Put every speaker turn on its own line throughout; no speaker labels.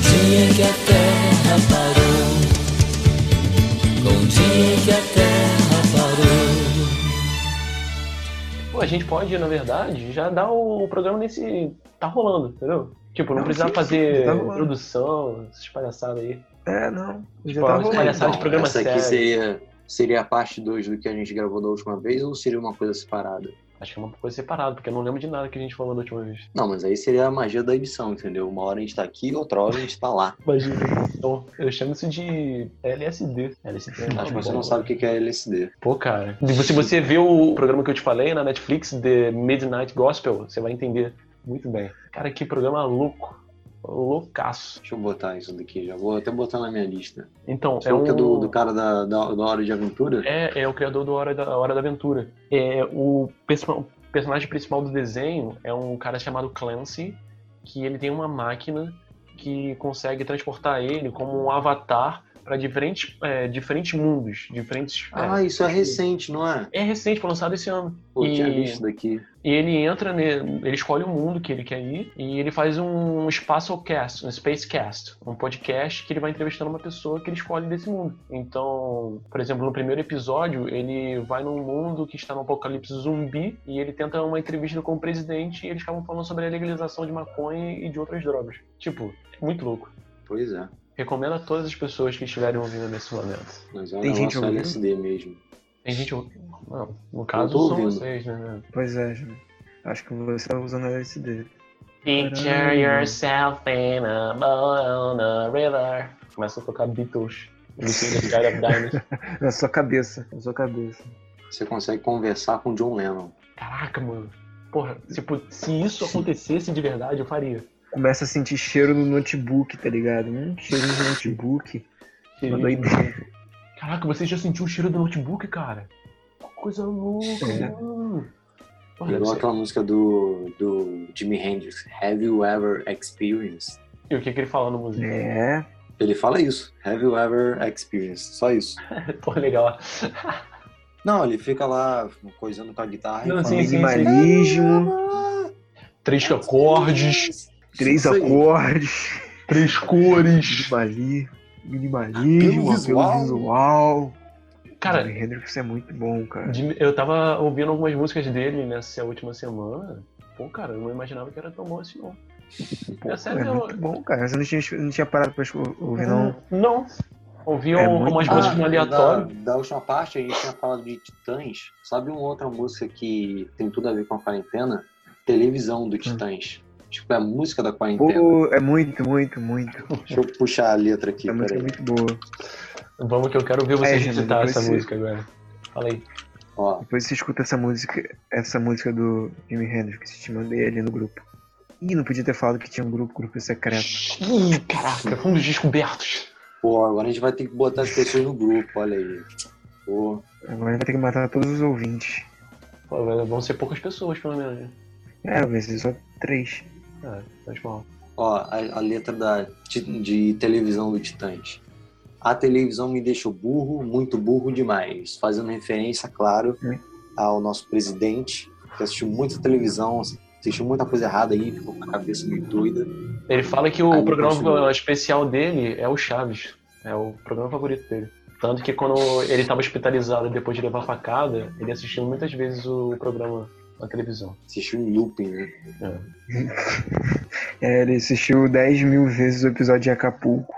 que a terra parou. Bom dia que a terra parou.
Pô, a gente pode, na verdade, já dar o programa nesse. Tá rolando, entendeu? Tipo, não,
Não,
precisar
sim,
fazer
sim, tá rolando.
produção, essas palhaçadas aí.
É, não. Já
Tipo,
tá
as
rolando.
palhaçadas de programa
É, então, essa aqui
sério.
seria, seria a parte 2 do que a gente gravou da última vez ou seria uma coisa separada?
Acho que é uma coisa separada, porque eu não lembro de nada que a gente falou da última vez.
Não, mas aí seria a magia da edição, entendeu? Uma hora a gente tá aqui, outra hora a gente tá lá.
Imagina. Então, eu chamo isso de LSD. LSD.
Acho que você não sabe o que que é LSD.
é Pô, cara. Se você vê o programa que eu te falei na Netflix, The Midnight Gospel, você vai entender muito bem. Cara, que programa louco. Loucaço.
Deixa eu botar isso daqui, já vou até botar na minha lista.
Então,
Você
é
é
um...
que é do, do cara da, da, da Hora de Aventura?
É, é o criador do Hora da, Hora da Aventura. É, o persma- o personagem principal do desenho é um cara chamado Clancy, que ele tem uma máquina que consegue transportar ele como um avatar para diferentes, é, diferentes mundos, diferentes...
Ah,
é,
isso é recente, não é?
é recente, foi lançado esse ano.
Pô,
E-
tinha visto daqui.
E ele entra, ne- ele escolhe o mundo que ele quer ir e ele faz um espaçocast, um spacecast, um podcast que ele vai entrevistando uma pessoa que ele escolhe desse mundo. Então, por exemplo, no primeiro episódio, ele vai num mundo que está no apocalipse zumbi e ele tenta uma entrevista com o presidente e eles acabam falando sobre a legalização de maconha e de outras drogas. Tipo, muito louco.
Pois é.
Recomendo a todas as pessoas que estiverem ouvindo nesse momento.
Mas é um
Tem gente
negócio
ouvindo?
LSD mesmo.
Tem gente. ou- Não, no caso
Eu tô
são
ouvindo.
vocês, né?
Pois é, Júlio. Acho que você tá usando LSD.
Picture
Caramba.
yourself in a boat on a river. Começa a tocar Beatles. Beatles The Guide of Diamonds.
Na sua cabeça. Na sua cabeça.
Você consegue conversar com John Lennon.
Caraca, mano. Porra, se, pu- se isso acontecesse de verdade, eu faria.
Começa a sentir cheiro no notebook, tá ligado? Hum, cheiro no notebook. Uma doideira.
Caraca, você já sentiu o cheiro do notebook, cara? Que Coisa louca,
É.
mano. Porra, deve
Igual
ser-
aquela música do, do Jimi Hendrix, Have You Ever Experienced?
E o que, que ele fala no músico?
É.
Ele fala isso, Have You Ever Experienced? Só isso.
Porra, legal.
Não, ele fica lá coisando com a guitarra. e
Não,
fala, assim,
sim, sim.
Minimalismo.
Três acordes,
Três
Isso aí.
acordes.
três cores.
Minimali- Minimalismo.
Apelo
Pelo visual.
visual.
visual.
Cara,
Jimi Hendrix é muito bom, cara.
De- Eu tava ouvindo algumas músicas dele nessa última semana. Pô, cara, eu não imaginava que era tão bom assim, não.
Pô,
é sério,
é
eu-
muito bom, cara. Você não tinha, não tinha parado pra esco- ouvir,
Uhum.
não.
Não. Ouvi um-
É muito
umas
bom.
músicas no
da,
aleatório.
Ah, da última parte a gente tinha falado de Titãs. Sabe uma outra música que tem tudo a ver com a quarentena? Televisão do Titãs. Tipo, é a música da quarentena.
Hum. Pô, é muito, muito, muito.
Deixa eu puxar a letra aqui,
É muito,
peraí.
muito boa.
Vamos que eu quero ver você
É, Júnior,
recitar
depois
essa
você-
música agora. Fala aí.
Ó,
Depois você escuta essa música, essa música do Jimi Hendrix, que te mandei ali no grupo. Ih, não podia ter falado que tinha um grupo, grupo secreto.
Ih, caraca, fomos descobertos.
pô, agora a gente vai ter que botar as pessoas no grupo, olha aí. Pô.
Agora vai ter que matar todos os ouvintes.
Pô, velho, vão ser poucas pessoas, pelo menos. né?
É, vai ser só três.
Ah, faz mal.
Ó, a, a letra da, ti- de televisão do Titãs. A televisão me deixou burro, muito burro demais. Fazendo referência, claro,
Hum.
ao nosso presidente, que assistiu muita televisão, assistiu muita coisa errada aí, ficou com a cabeça meio doida.
Ele fala que o
Aí,
programa
continua.
especial dele é o Chaves. É o programa favorito dele. Tanto que quando ele tava hospitalizado depois de levar facada, ele assistiu muitas vezes o programa na televisão.
Assistiu em looping, né?
É, ele assistiu 10 mil vezes o episódio de Acapulco.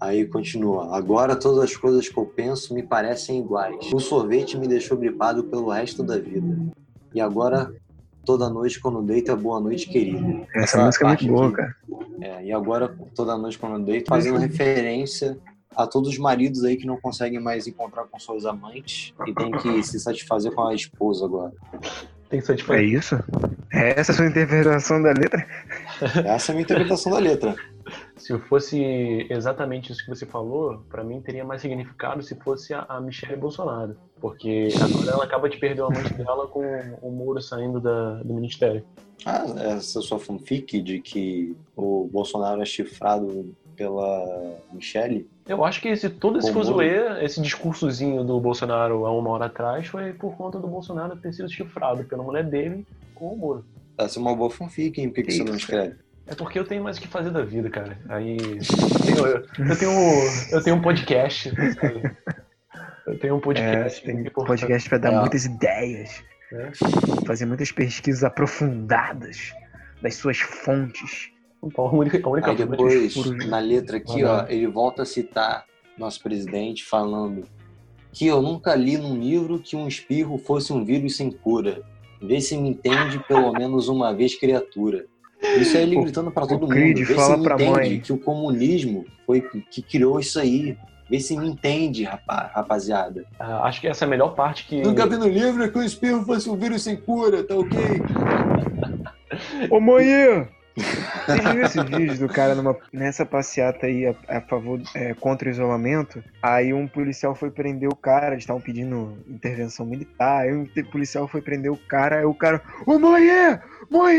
Aí continua. Agora todas as coisas que eu penso me parecem iguais. O sorvete me deixou gripado pelo resto da vida. E agora, toda noite quando deito é boa noite, querida.
Essa
Essa
música é
parte
muito boa,
aqui.
cara.
É, e agora, toda noite quando eu deito, fazendo referência a todos os maridos aí que não conseguem mais encontrar com suas amantes e tem que se satisfazer com a esposa agora.
Tem que satisfazer.
É isso? É essa a sua interpretação da letra?
Essa é a minha interpretação da letra.
Se fosse exatamente isso que você falou, pra mim teria mais significado se fosse a, a Michelle Bolsonaro. Porque agora ela acaba de perder o amante dela com o Moro saindo da- do ministério.
Ah, essa sua fanfic de que o Bolsonaro é chifrado pela Michelle?
Eu acho que esse, todo esse
Com o Moro?
fuzuê, esse discursozinho do Bolsonaro há uma hora atrás, foi por conta do Bolsonaro ter sido chifrado pela mulher dele com o Moro.
Tá sendo uma boa fanfic, hein? Por que, que você não
Isso.
escreve?
É porque eu tenho mais o que fazer da vida, cara. Aí. Eu tenho, eu- eu tenho, eu tenho um podcast. sabe? Eu tenho um
É,
podcast.
você tem
importante,
podcast pra dar
É.
muitas ideias,
né?
fazer muitas pesquisas aprofundadas das suas fontes.
Então, a única, a única
Aí
um
coisa-
depois,
escuros.
na letra aqui, ó, ele volta a citar nosso presidente falando que eu nunca li num livro que um espirro fosse um vírus sem cura. Vê se me entende pelo menos uma vez, criatura. Isso aí ele
O-
gritando pra todo mundo.
Creed
Vê
fala
se me
pra
entende
mãe.
que o comunismo foi que- que criou isso aí. Vê se me entende, rapa- rapaziada.
Ah, acho que essa é a melhor parte que.
Nunca vi no livro que um espirro fosse um vírus sem cura, tá ok?
Ô mãe! Vocês viram esses vídeos do cara numa- nessa passeata aí a, a favor, é, contra o isolamento? Aí um policial foi prender o cara, eles estavam pedindo intervenção militar, aí um te- policial foi prender o cara, aí o cara. Ô mãe! Mãe!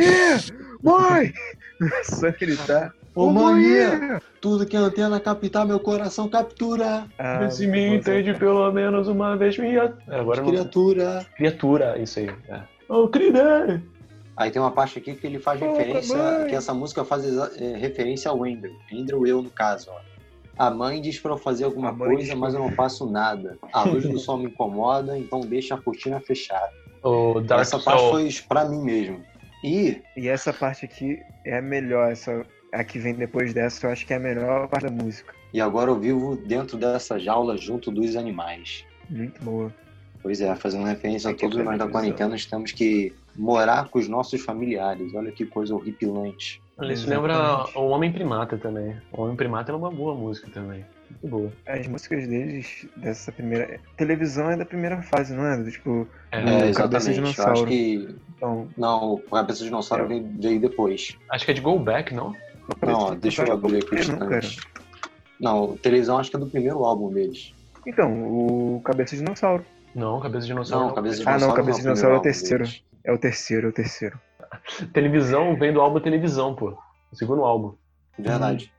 Mãe! Só tá. gritar.
Ô, mania, tudo que a antena captar, meu coração captura.
Ah,
Se me entende pelo menos uma vez, minha. É, agora eu não.
Criatura.
Criatura, isso aí. É. Ô, criatura!
Aí tem uma parte aqui que ele faz
Ô,
referência,
mamãe!
que essa música faz exa- é, referência ao Andrew. Andrew eu, no caso, ó. A mãe diz pra eu fazer
A
alguma
mãe diz
coisa,
pra-
mas eu não faço nada. A luz do sol me incomoda, então deixa a cortina fechada.
O Dark
Essa parte
Soul.
foi pra mim mesmo. E
E essa parte aqui é a melhor, essa, a que vem depois dessa, eu acho que é a melhor parte da música.
e agora eu vivo dentro dessa jaula junto dos animais.
Muito boa.
Pois é, fazendo referência a
Aqui
todos
pra
nós da
televisão.
quarentena, nós temos que morar com os nossos familiares. Olha que coisa horripilante.
Olha, Isso lembra
Exatamente.
o Homem Primata também. O Homem Primata é uma boa música também. Muito boa.
É, As músicas deles, dessa primeira. Televisão é da primeira fase, não é? Do Tipo,
É,
Cabeça de
exatamente. Eu acho
dinossauro.
que.
então.
Não, o Cabeça de Dinossauro
É.
veio- veio depois.
Acho que é de Go Back, não?
Não, ó, deixa eu abrir aqui o
Não, cara.
instante. Não, televisão acho que é do primeiro álbum deles.
Então, o Cabeça de Dinossauro.
Não, Cabeça de Dinossauro.
Não, Cabeça de
Ah, não,
Dinossauro.
Cabeça de
primeiro
Dinossauro é o
álbum
terceiro.
deles.
É o terceiro, é o terceiro.
Televisão vem do álbum Televisão, pô. O segundo álbum.
Verdade.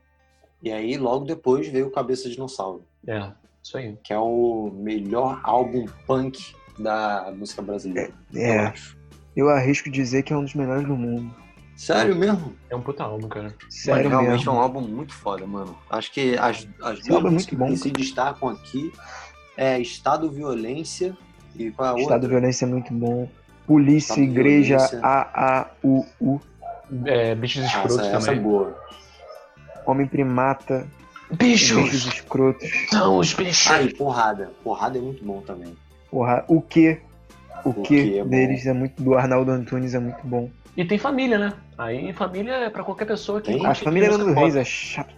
E aí, logo depois, veio o Cabeça de Dinossauro,
É, isso aí.
que é o melhor álbum punk da música brasileira, eu
É.
acho.
Eu arrisco dizer que é um dos melhores do mundo.
Sério mesmo?
É um puta álbum, cara.
Sério
Mas realmente
mesmo.
é um álbum muito foda, mano. Acho que as, as
Esse
duas
álbum é muito
músicas
bom,
que se destacam aqui é Estado Violência e qual é a outra?
Estado de Violência é muito bom. Polícia,
Estado de
Igreja,
Violência.
A, A, U, U.
É, Bichos
Ah,
Escrotos
essa, essa é
também.
boa.
Homem Primata, Bichos Escrotos.
São os bichos!
Ah, e Porrada. Porrada é muito bom também.
Porra, o que?
O
O
Quê
que
é bom.
deles é muito. Do Arnaldo Antunes é muito bom.
E tem família, né? Aí família é pra qualquer pessoa que.
Tem?
gosta
A
de
família
música
do
pop.
Reis é chato.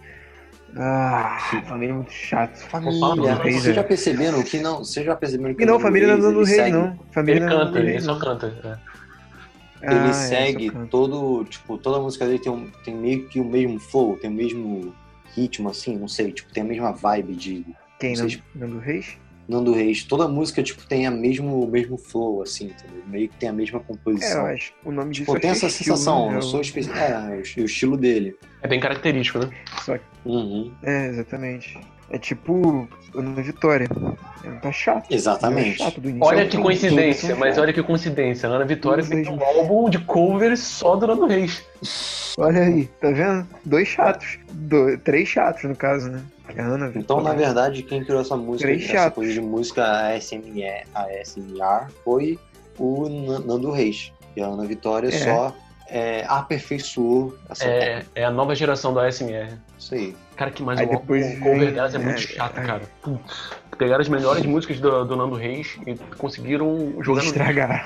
Ah, família é muito chato.
Família,
Fala,
vocês
Reis,
já
é.
perceberam que não? Vocês já perceberam que
E não,
o
família
Reis,
não é do
ele
Reis,
segue-
não. Família
Ele
não é do
canta,
Reis,
ele só
não.
canta.
Ah,
Ele
é,
segue
só canta.
todo, tipo, toda música dele tem, um, tem meio que o mesmo flow, tem o mesmo ritmo, assim, não sei, tipo, tem a mesma vibe de
Quem não?
Vocês-
Nando Reis?
Nando Reis. Toda música, tipo, tem a mesmo, o mesmo flow, assim, entendeu? Meio que tem a mesma
É, eu
composição.
acho. O nome disso
tipo,
é
tem essa
estilo,
sensação,
né?
eu sou especial. É, o, o estilo dele.
É. é bem característico, né?
Só que-
Uhum,
É, exatamente. É tipo o nome Vitória. É, Tá chato. É
Exatamente.
chato do início.
Olha
ao
que
fim.
coincidência,
Todos
mas
são
olha que coincidência. A Ana Vitória
Todos
fez um
mesmo.
álbum de covers só do Nando Reis.
chatos. Olha aí, tá vendo? Dois chatos. Do- Três chatos, no caso, né? A Ana,
Então, na
Vitória.
verdade, quem criou essa música,
Três
essa
chatos.
coisa de música ASMR, ASMR foi o Nan- Nando Reis. E a Ana Vitória
É.
só é, aperfeiçoou essa
É, é a nova geração da ASMR.
Isso aí.
Cara, que mais
Aí
um
depois
álbum, o cover
vem-
delas é muito
é,
chato,
é.
cara. Putz, pegaram as melhores músicas do, do Nando Reis e conseguiram jogar no
Estragaram.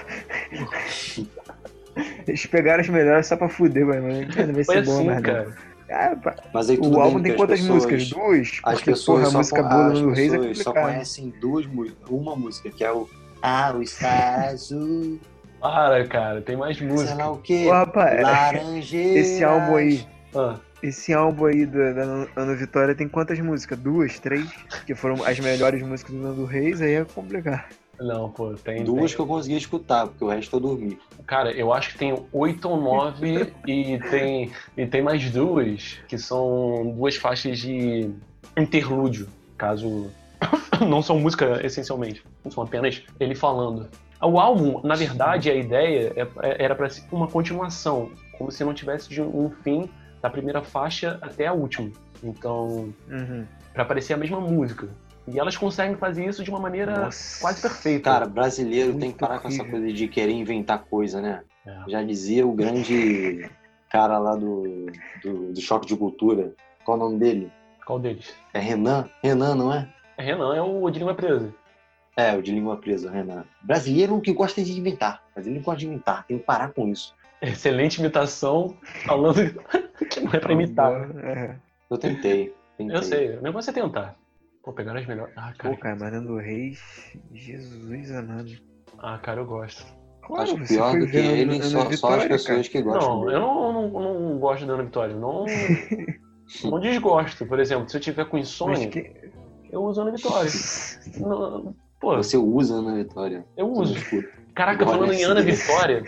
Eles pegaram as melhores só pra fuder, mano. Não vai
Foi
ser bom,
assim,
merda.
cara.
Ah, pá,
Mas aí tudo
o álbum
bem,
tem
porque
quantas
as pessoas,
músicas? Duas?
As
Porque,
pessoas,
porra, a
só,
música
con- ah,
boa
as
do Reis é
pessoas só
complicado.
conhecem duas mu- uma música, que é o Ah, o Está Azul,
Para, cara, tem mais
sei lá
música.
o quê,
Ô, rapaz, é,
Laranjeiras.
esse álbum aí,
Ah,
esse álbum aí da, da Ana Vitória tem quantas músicas? Duas, três? Que foram as melhores músicas do Nando Reis, aí é complicado.
não, pô, tem.
Duas
tem-
que eu consegui escutar, porque o resto eu dormi.
Cara, eu acho que tem oito ou nove e tem, e tem mais duas, que são duas faixas de interlúdio, caso não são música essencialmente, são apenas ele falando. O álbum, na verdade, a ideia é- é- era para ser uma continuação, como se não tivesse de um fim da primeira faixa até a última. Então,
Uhum.
para parecer a mesma música. E elas conseguem fazer isso de uma maneira
Nossa.
quase perfeita.
Cara, brasileiro
Muito
tem que parar com essa
incrível.
coisa de querer inventar coisa, né?
É.
Já dizia o grande cara lá do, do, do Choque de Cultura. Qual o nome dele?
Qual deles?
É Renan? Renan, não é?
É Renan, é o de língua presa.
É, o de língua presa, Renan. Brasileiro é o que gosta de inventar. Brasileiro gosta de inventar. Tem que parar com isso.
Excelente imitação, falando que não é pra imitar.
É.
Eu tentei. tentei.
Eu sei, o negócio é tentar. Pô, pegaram as melhores. Ah, cara.
Pô, cara, Fernando Reis, Jesus amado.
Ah, cara, eu gosto.
Claro,
acho que
você
pior
foi
do que
ver Ana-
ele,
Ana
só, só as
Vitória,
pessoas que gostam
Não,
dele.
eu não, não, não gosto da Ana Vitória. eu Não, não desgosto. Por exemplo, se eu tiver com
Mas
insônia,
que-
eu uso Ana Vitória. Não, pô,
Você usa Ana Vitória.
eu uso.
Escuta.
Caraca,
Olha
falando em
esse
Ana
dele.
Vitória,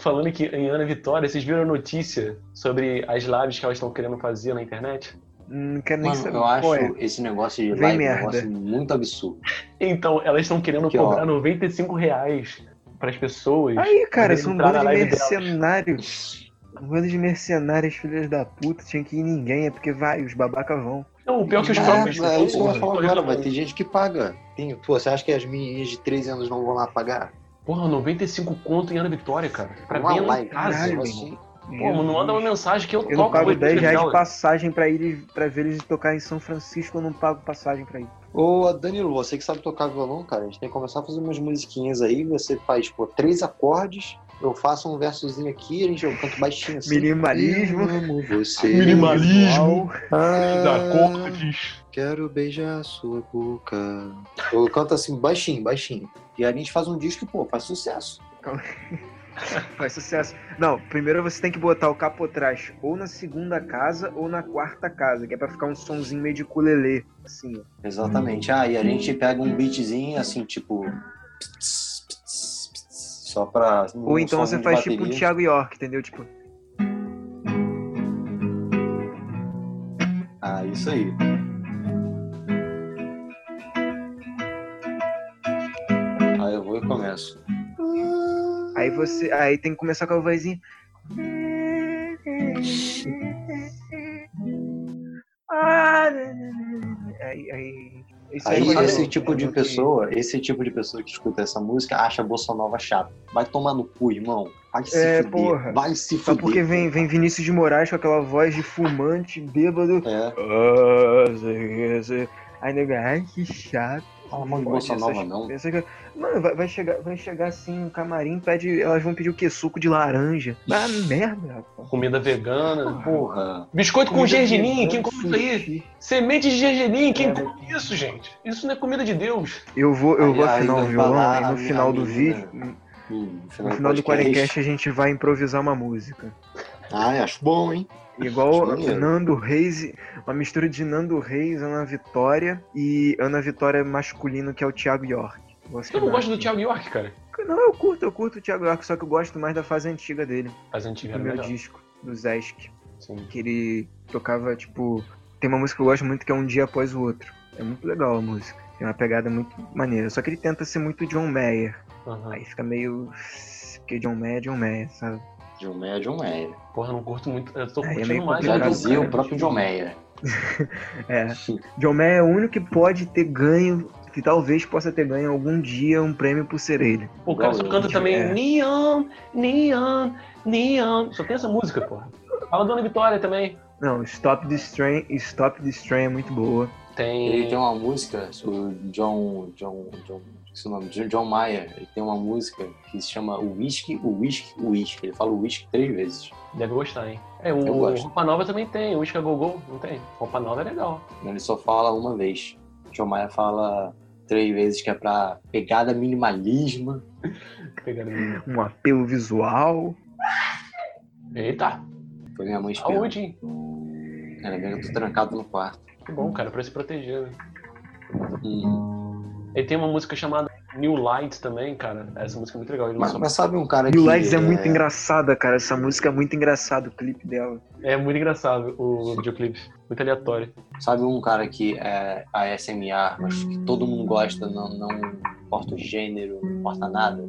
falando que em Ana Vitória, vocês viram a notícia sobre as lives que elas estão querendo fazer na internet?
Não quero nem
Mano,
saber.
eu acho
Pô, é,
esse negócio de
Vem
live um
merda.
negócio muito absurdo.
Então, elas estão querendo
Aqui, ó.
cobrar R$ 95 reais para as pessoas.
Aí, cara,
Eles
são um
entraram
bando de
na live delas.
mercenários. Um bando de mercenários, filhas da puta. Tinha que ir ninguém, é porque vai, os babacas vão.
Não, o pior é que os
É,
próprios.
é isso que eu ia
Porra,
falar
tô
agora,
reclamando.
mas tem gente que paga. Tem, pô, você acha que as meninas de 13 anos não vão lá pagar?
Porra, 95 conto em Ana Vitória, cara. Pra
Uma
mim é na
live,
casa.
caralho,
um
meu
negócio
irmão.
Pô, mano, manda uma mensagem que eu,
Eu não
toco
pago
muito
10 reais de
legal.
passagem pra, eles, pra ver eles tocar em São Francisco, eu não pago passagem pra ir.
Ô, Danilo, você que sabe tocar violão, cara, a gente tem que começar a fazer umas musiquinhas aí. Você faz, pô, três acordes, eu faço um versozinho aqui, a gente eu canto baixinho assim.
Minimalismo.
Eu amo Você.
é Minimalismo.
Uau.
Ah,
diz.
Quero beijar sua boca. Eu canto assim, baixinho, baixinho. E aí a gente faz um disco, pô, faz sucesso.
Faz sucesso. Não, primeiro você tem que botar o capotrás ou na segunda casa ou na quarta casa, que é pra ficar um sonzinho meio de culelê. Assim, ó.
Exatamente. Ah, e a gente pega um beatzinho assim, tipo. pss, pss, pss, Só pra.
Ou então você faz tipo um Thiago York, entendeu? Tipo,
Ah, isso aí. Aí eu vou e começo.
aí você. Aí tem que começar com a vozinha. Aí, aí, é isso
Aí
pode-
esse tipo de
não tem-
pessoa, esse tipo de pessoa que escuta essa música acha a Bossa Nova chata. Vai tomar no cu, irmão. Vai se
É,
fuder.
porra.
Vai se
Só
fuder.
porque vem, vem Vinícius de Moraes com aquela voz de fumante, bêbado.
É.
Aí nego, ai que chato.
Fala mal de
Pode,
Bossa Nova,
essas-
não.
essas coisas. Mano, vai, vai chegar, vai chegar assim no camarim, pede, elas vão pedir o quê? Suco de laranja. Ah, merda, rapaz.
Comida vegana.
Porra.
Biscoito com
Comida
gergelim,
vegana,
quem come isso aí?
sushi.
Semente de gergelim, quem
É,
come isso, gente? Isso não é comida de Deus.
Eu vou, eu vou
Aí- aí
afinar o
vai
violão
falar
e
a
no
minha
final do
menina.
vídeo,
Hum,
no final do Quarencast a gente vai improvisar uma música.
Ah, acho bom, hein?
Igual
Acho maneiro.
Nando Reis, e- uma mistura de Nando Reis, Ana Vitória e Ana Vitória masculino, que é o Thiago York.
Eu não gosto do Thiago York, cara.
Não, eu curto, eu curto o Thiago York, só que eu gosto mais da fase antiga dele,
Faz
do
antiga
É
era
primeiro
melhor.
disco, do Zesk.
Sim.
que ele tocava, tipo. Tem uma música que eu gosto muito que é Um Dia Após o Outro. É muito legal a música. Tem uma pegada muito maneira. Só que ele tenta ser muito John Mayer.
Aham.
Aí fica meio. Porque John Mayer é John Mayer, sabe?
John Mayer, John Mayer.
Porra, eu não curto muito. Eu tô
Aí é
curtindo
meio
mais.
complicado,
Já
agora.
dizia
cara,
o próprio John Mayer.
É. John Mayer é o único que pode ter ganho, que talvez possa ter ganho algum dia um prêmio por ser ele.
O cara só canta também
É.
Neon, Neon, Neon. Só tem essa música, porra. Fala Dona Vitória também.
Não, Stop This Train, Stop This Train é muito boa.
Ele
Tem.
tem uma música, o John. John. John. esqueci o nome, John- John Mayer, ele tem uma música que se chama O Whisky, o Whisky, o Whisky. Ele fala o Whisky três vezes.
Deve gostar, hein? É,
Eu
o
gosto.
Roupa Nova também tem. O Isca Gogol, não tem? Roupa Nova é legal.
Então, Ele só fala uma vez. John Mayer fala três vezes que é pra pegada minimalismo.
Pegando ele.
Um apelo visual.
Eita,
Foi minha mãe esperando.
saúde. hein?
Cara, eu tô trancado no quarto.
Que bom, cara, pra se proteger, né?
Hum.
Ele tem uma música chamada New Light também, cara. Essa música é muito legal. Ele
Mas,
lançou-
mas sabe um cara que.
E o Lights é muito engraçada, cara. Essa música é muito engraçada, o clipe dela.
É muito engraçado o videoclipe. Muito aleatório.
Sabe um cara que é ASMR, mas que todo mundo gosta, não, não importa o gênero, não importa nada?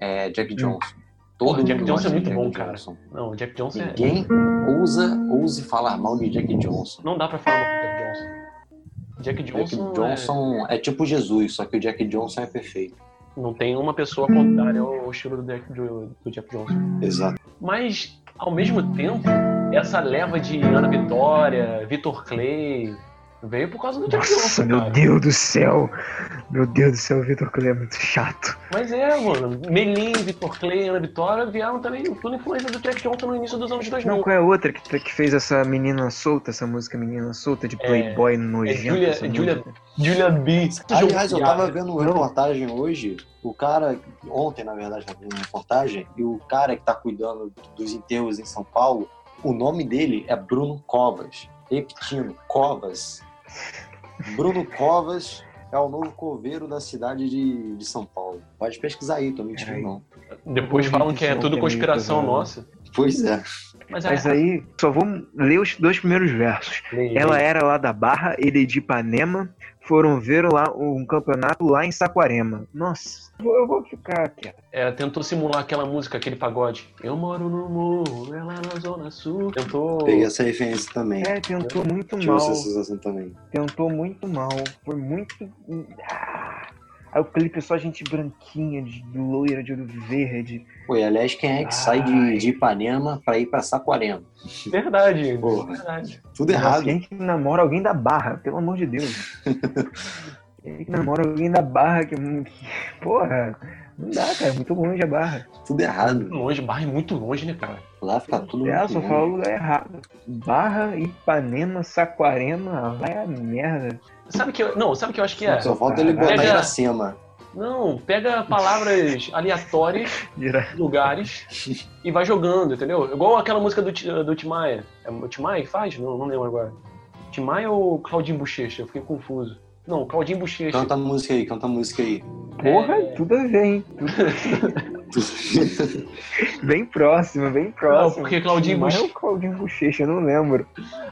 É Jack Johnson. Todo
Porra,
mundo
Hum. Jack
gosta
Johnson é
de
muito
Jack
bom, cara.
Johnson.
Não, o Jack Johnson é...
Ninguém ousa, ouse falar mal de Jack Johnson.
Não dá pra falar mal do Jack Johnson. Jack
Jack
Johnson,
Johnson é... tipo Jesus, só que o Jack Johnson é perfeito.
é- não tem uma pessoa contrária ao estilo do Jack, do- do Jack Johnson.
Exato.
Mas, ao mesmo tempo, essa leva de Ana Vitória, Vitor Clay, veio por causa do Jack
Nossa,
Johnson,
meu
cara.
Deus do céu. Meu Deus do céu, o Vitor Clay é muito chato.
Mas é, mano. Melim, Vitor Clay, Ana Vitória vieram também tudo influência do Jack Johnson no início dos anos 2000.
Não, qual é a outra que, que fez essa menina solta, essa música menina solta de Playboy
É
nojento?
Julia,
essa
Julia,
música?
Julia B.
Aliás, eu tava vendo uma reportagem hoje, o cara, ontem na verdade, tava vendo uma reportagem, e o cara que tá cuidando dos enterros em São Paulo, o nome dele é Bruno Covas. Repetindo, Covas. Bruno Covas é o novo coveiro da cidade de, de São Paulo. Pode pesquisar aí, tô mentindo
Peraí.
não.
Depois falam que é tudo conspiração nossa.
Pois é.
Mas,
Mas
é,
aí, só vou ler os dois primeiros versos. Ela é- era lá da Barra, ele é de Ipanema. Foram ver lá um campeonato lá em Saquarema. Nossa, vou- eu vou ficar quieto.
Ela é, tentou simular aquela música, aquele pagode. Eu moro no morro, ela é na zona sul. Tentou...
Peguei essa referência também.
É, tentou muito
Tive
mal.
essa sensação também.
Tentou muito mal. Foi muito. Ah! Aí o clipe é só gente branquinha, de loira, de olho verde.
Pô, e aliás, quem é que sai de,
Ai.
de Ipanema pra ir pra Saquarema?
Verdade,
Porra.
verdade.
Tudo errado.
Nossa, Quem que namora alguém da barra, pelo amor de Deus. Quem que namora alguém da barra que. que- Porra, não dá, cara. é Muito longe a barra.
Tudo errado.
Longe, barra é muito longe, né, cara?
Lá fica tudo
É,
muito
só
ruim.
fala o lugar errado. Barra, Ipanema, Saquarema, vai a merda.
Sabe que eu, não, sabe que eu acho que é?
Só falta ele botar
Pega-
Iracema.
Não, pega palavras aleatórias,
Gira-
lugares e vai jogando, entendeu? Igual aquela música do, Ti- do Tim Maia. É o Tim Maia que faz? Não, não lembro agora. Tim Maia ou Claudinho Bochecha? Eu fiquei confuso. Não, Claudinho Bochecha.
Canta a música aí, canta a música aí.
Porra,
É.
tudo a ver, hein? Bem próximo, bem próximo.
porque Claudinho
Mas é
Boche-
o Claudinho Bochecha, eu não lembro.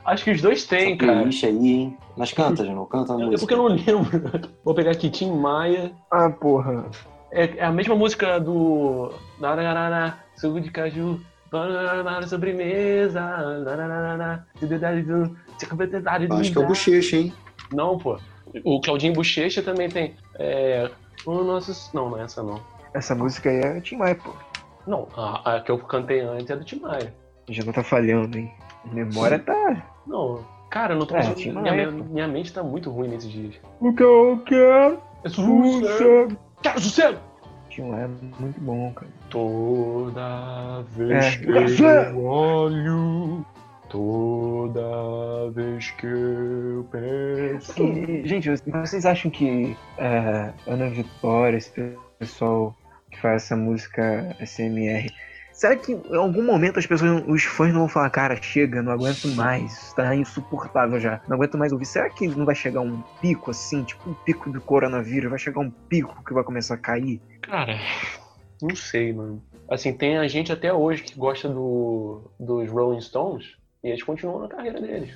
Acho que os dois têm,
Essa
cara.
playlist aí, hein? Mas canta, Janão, canta a
É porque
música.
eu não lembro. Vou pegar aqui Tim Maia.
Ah, porra.
É, é a mesma música do. Nararará, suco de caju. Banana, sobremesa. nararará, Cidade do. Cidade do-
Eu Acho que é o bochecha, hein?
Não, pô. O Claudinho Bochecha também tem. É, o nosso... Não, não é essa não.
Essa música aí é Tim Maia, pô.
Não, a, a que eu cantei antes é do Tim Maia.
Já não tá falhando, hein? Memória tá.
Não, cara, eu não tô
É,
conseguindo-
Tim
minha,
Maia,
minha- minha mente tá muito ruim nesses dias.
O que eu quero,
É
Lúcia.
Quero sossego!
Tim Maia é muito bom, cara.
Toda vez
É.
que eu olho, toda vez que eu penso.
E, gente, vocês acham que é, Ana Vitória, esse pessoal que faz essa música SMR, será que em algum momento as pessoas, os fãs não vão falar, cara, chega, não aguento mais, isso tá insuportável já, não aguento mais ouvir. Será que não vai chegar um pico assim, tipo um pico do coronavírus, vai chegar um pico que vai começar a cair?
Cara, não sei, mano. Assim, tem a gente até hoje que gosta do, dos Rolling Stones e eles continuam na carreira deles.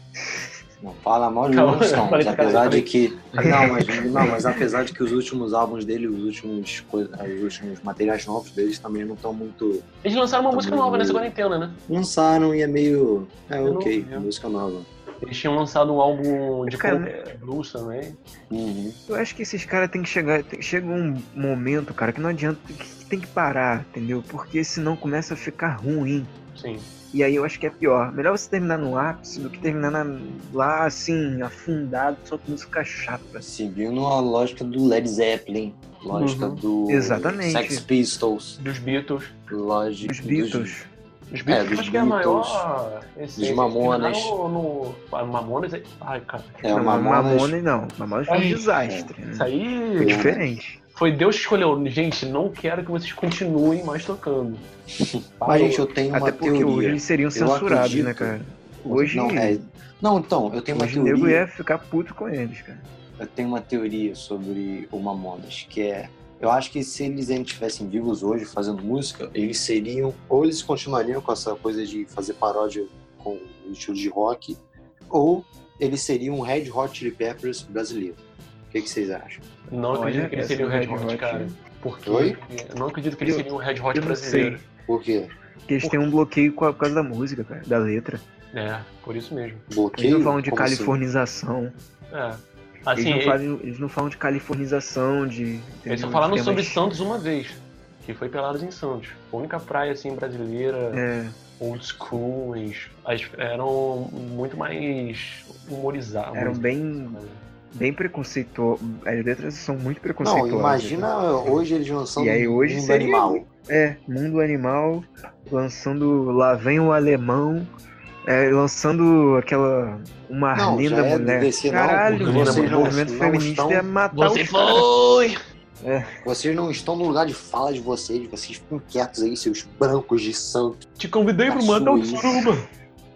Não fala mal de
Calma, tá eu
Rolling
falei
Stones,
pra
apesar
caralho,
de que... Não mas, não, mas apesar de que os últimos álbuns dele, os últimos, coisa- os últimos materiais novos deles também não estão muito...
Eles lançaram uma
Tá
música
bom.
nova nessa quarentena, né?
Lançaram e é meio... É
Eu não
ok,
vi.
música nova.
Eles tinham lançado um álbum de
Cara, né?
folk blues também.
Uhum.
Eu acho que esses caras têm que chegar. Tem, chega um momento, cara, que não adianta. Que tem que parar, entendeu? Porque senão começa a ficar ruim.
Sim.
E aí eu acho que é pior. Melhor você terminar no ápice do que terminar na- lá, assim, afundado, só que música chata.
Seguindo a lógica do Led Zeppelin, lógica
Uhum.
do
Exatamente.
Sex Pistols,
Dos Beatles.
lógica
Os Beatles.
Dos Beatles,
É,
que eu
dos
acho que é a maior. Esse,
Dos Mamonas.
No, no- ah, Mamonas. é- Ai, cara.
É, o
não, mas
Mamonas,
Mamonas não. Mamonas foi um
Ai,
desastre. né?
Isso
Foi
aí.
diferente.
Foi Deus que escolheu. Gente, não quero que vocês continuem mais tocando.
Mas, gente, eu tenho
Até
uma
porque
teoria.
hoje eles seriam censurados, né,
acredito.
cara? Hoje,
Não, é- não, então, eu tenho uma
hoje o nego é
teoria.
ia ficar puto com eles, cara.
Eu tenho uma teoria sobre o Mamonas, que é. Eu acho que se eles ainda estivessem vivos hoje fazendo música, eles seriam. Ou eles continuariam com essa coisa de fazer paródia com o estilo de rock, ou eles seriam um Red Hot Chili Peppers brasileiro. O que, que vocês acham?
Não
Olha,
acredito que ele
essa é
seria o Red
Red
Hot,
Hot, né?
cara. Porque
Oi?
eu não acredito que ele
Eu-
seria um Red Hot
eu não
brasileiro.
Por quê?
Porque eles têm um bloqueio com a- por causa da música, cara, da letra.
É, por isso mesmo.
Bloqueio?
Eles não falam de
Como assim?
californização.
É. Assim,
eles, não
ele-
fazem- eles não falam de californização, de.
eles só
entendeu?
falaram
De
sobre
temas-
Santos uma vez, que foi Pelados em Santos. A única praia, assim, brasileira,
É,
old school, as- as- eram muito mais humorizadas.
eram bem, bem preconceituosas. As letras são muito
Não,
preconceituosas.
imagina hoje eles lançando
né? E aí hoje
Mundo
seria-
Animal.
É, Mundo Animal, lançando Lá Vem o Alemão, é, lançando aquela. Uma
Não,
linda
já é
mulher.
desse não,
Caralho,
porque vocês
mano,
não-
o movimento
não
feminista
estão-
é matar
Você
os caras.
foi!
Vocês não estão no lugar de fala de vocês, vocês ficam quietos aí, seus brancos de santo.
Te convidei pro mandar um
Suíça.
suruba.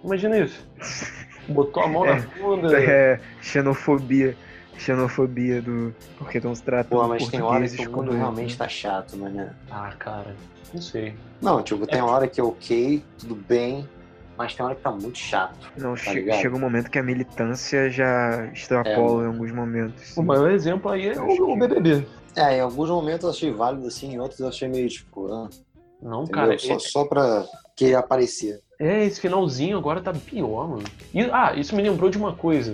Imagina isso. Botou a mão
É.
na bunda.
É, xenofobia. Xenofobia do. Porque estão se tratando
Pô, mas tem hora
portugueses
que o
quando
mundo realmente tá chato, né, né?
Ah, cara, não sei.
Não, tipo, tem hora que é ok, tudo bem, mas tem hora que tá muito chato.
Não, che-
ligado?
chega um momento que a militância já extrapola em alguns momentos.
O maior exemplo aí é
Acho
o,
que-
o BBB.
É, em alguns momentos eu achei válido, assim, em outros eu achei meio, tipo, ah,
Não,
entendeu?
cara,
só,
é,
só pra querer aparecer.
é, esse finalzinho agora tá pior, mano. E- ah, isso me lembrou de uma coisa.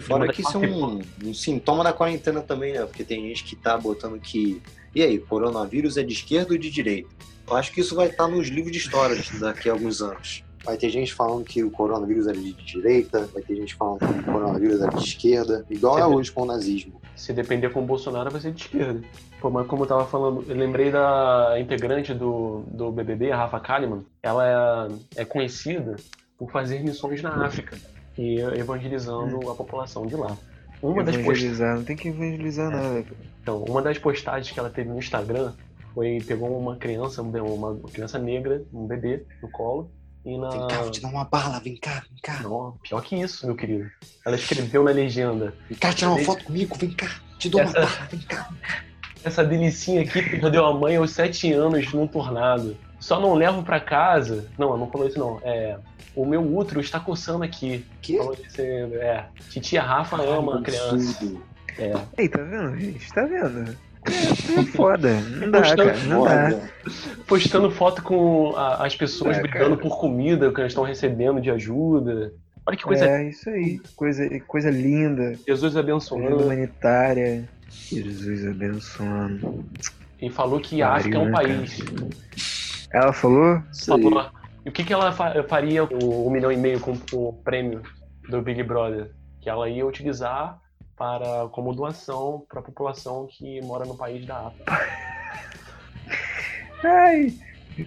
Fora
Uma
que
das
isso é um, um sintoma da quarentena também, né? Porque tem gente que tá botando que. E aí, coronavírus é de esquerda ou de direita? Eu acho que isso vai estar nos livros de história daqui a alguns anos. Vai ter gente falando que o coronavírus era de direita, vai ter gente falando que o coronavírus era de esquerda, igual é hoje com o nazismo.
Se depender com o Bolsonaro, vai ser de esquerda. Pô, mas como eu tava falando, eu lembrei da integrante do, do BBB, a Rafa Kalimann. Ela é, é conhecida por fazer missões na África, e evangelizando a população de lá. Uma das postagens.
Evangelizar, não tem que evangelizar nada. cara.
Então, uma das postagens que ela teve no Instagram foi pegou uma criança, um uma criança negra, um bebê no colo e na
Vem cá, vou te
né?
dar uma bala, vem cá, vem cá.
não, pior que isso, meu querido. Ela escreveu na legenda:
Vem cá tirar uma foto comigo, vem cá, te dou uma
Essa-
bala, vem cá.
"Essa delicinha aqui perdeu a mãe aos sete anos num tornado. Só não levo pra casa". Não, ela não falou isso não. É, o meu útero está coçando aqui.
Que?
Falou isso, é. Titia Rafa ama a criança.
Absurdo.
É.
Aí, tá vendo, gente? Tá vendo? É, é foda. Não dá,
Postando
cara. Não dá.
Foda.
Postando foto com a- as pessoas
É,
brigando
cara.
por comida que elas estão recebendo de ajuda. Olha que coisa
É, isso aí. Coisa, coisa linda.
Jesus
Ajuda
abençoando
humanitária. Jesus abençoando.
e falou que
Pariu,
a África é um
né,
país.
Ela falou?
Isso aí.
Falou, e o que, que ela fa- faria o um milhão e meio com o prêmio do Big Brother? Que ela ia utilizar para, como doação para a população que mora no país da África.
Ai.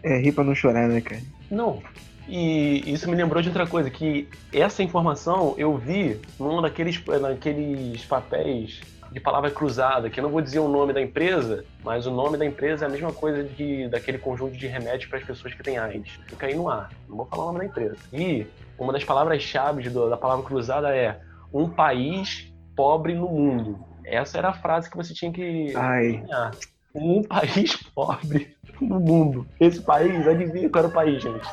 É rir pra não chorar, né, cara?
Não. E isso me lembrou de outra coisa, que essa informação eu vi num daqueles, daqueles papéis de palavra cruzada, que eu não vou dizer o nome da empresa, mas o nome da empresa é a mesma coisa de, daquele conjunto de remédios para as pessoas que têm AIDS. Fica aí no ar, não vou falar o nome da empresa. E uma das palavras-chave do- da palavra cruzada é um país pobre no mundo. Essa era a frase que você tinha que
Ai.
ganhar. Um país pobre no mundo. Esse país, adivinha qual era o país, gente?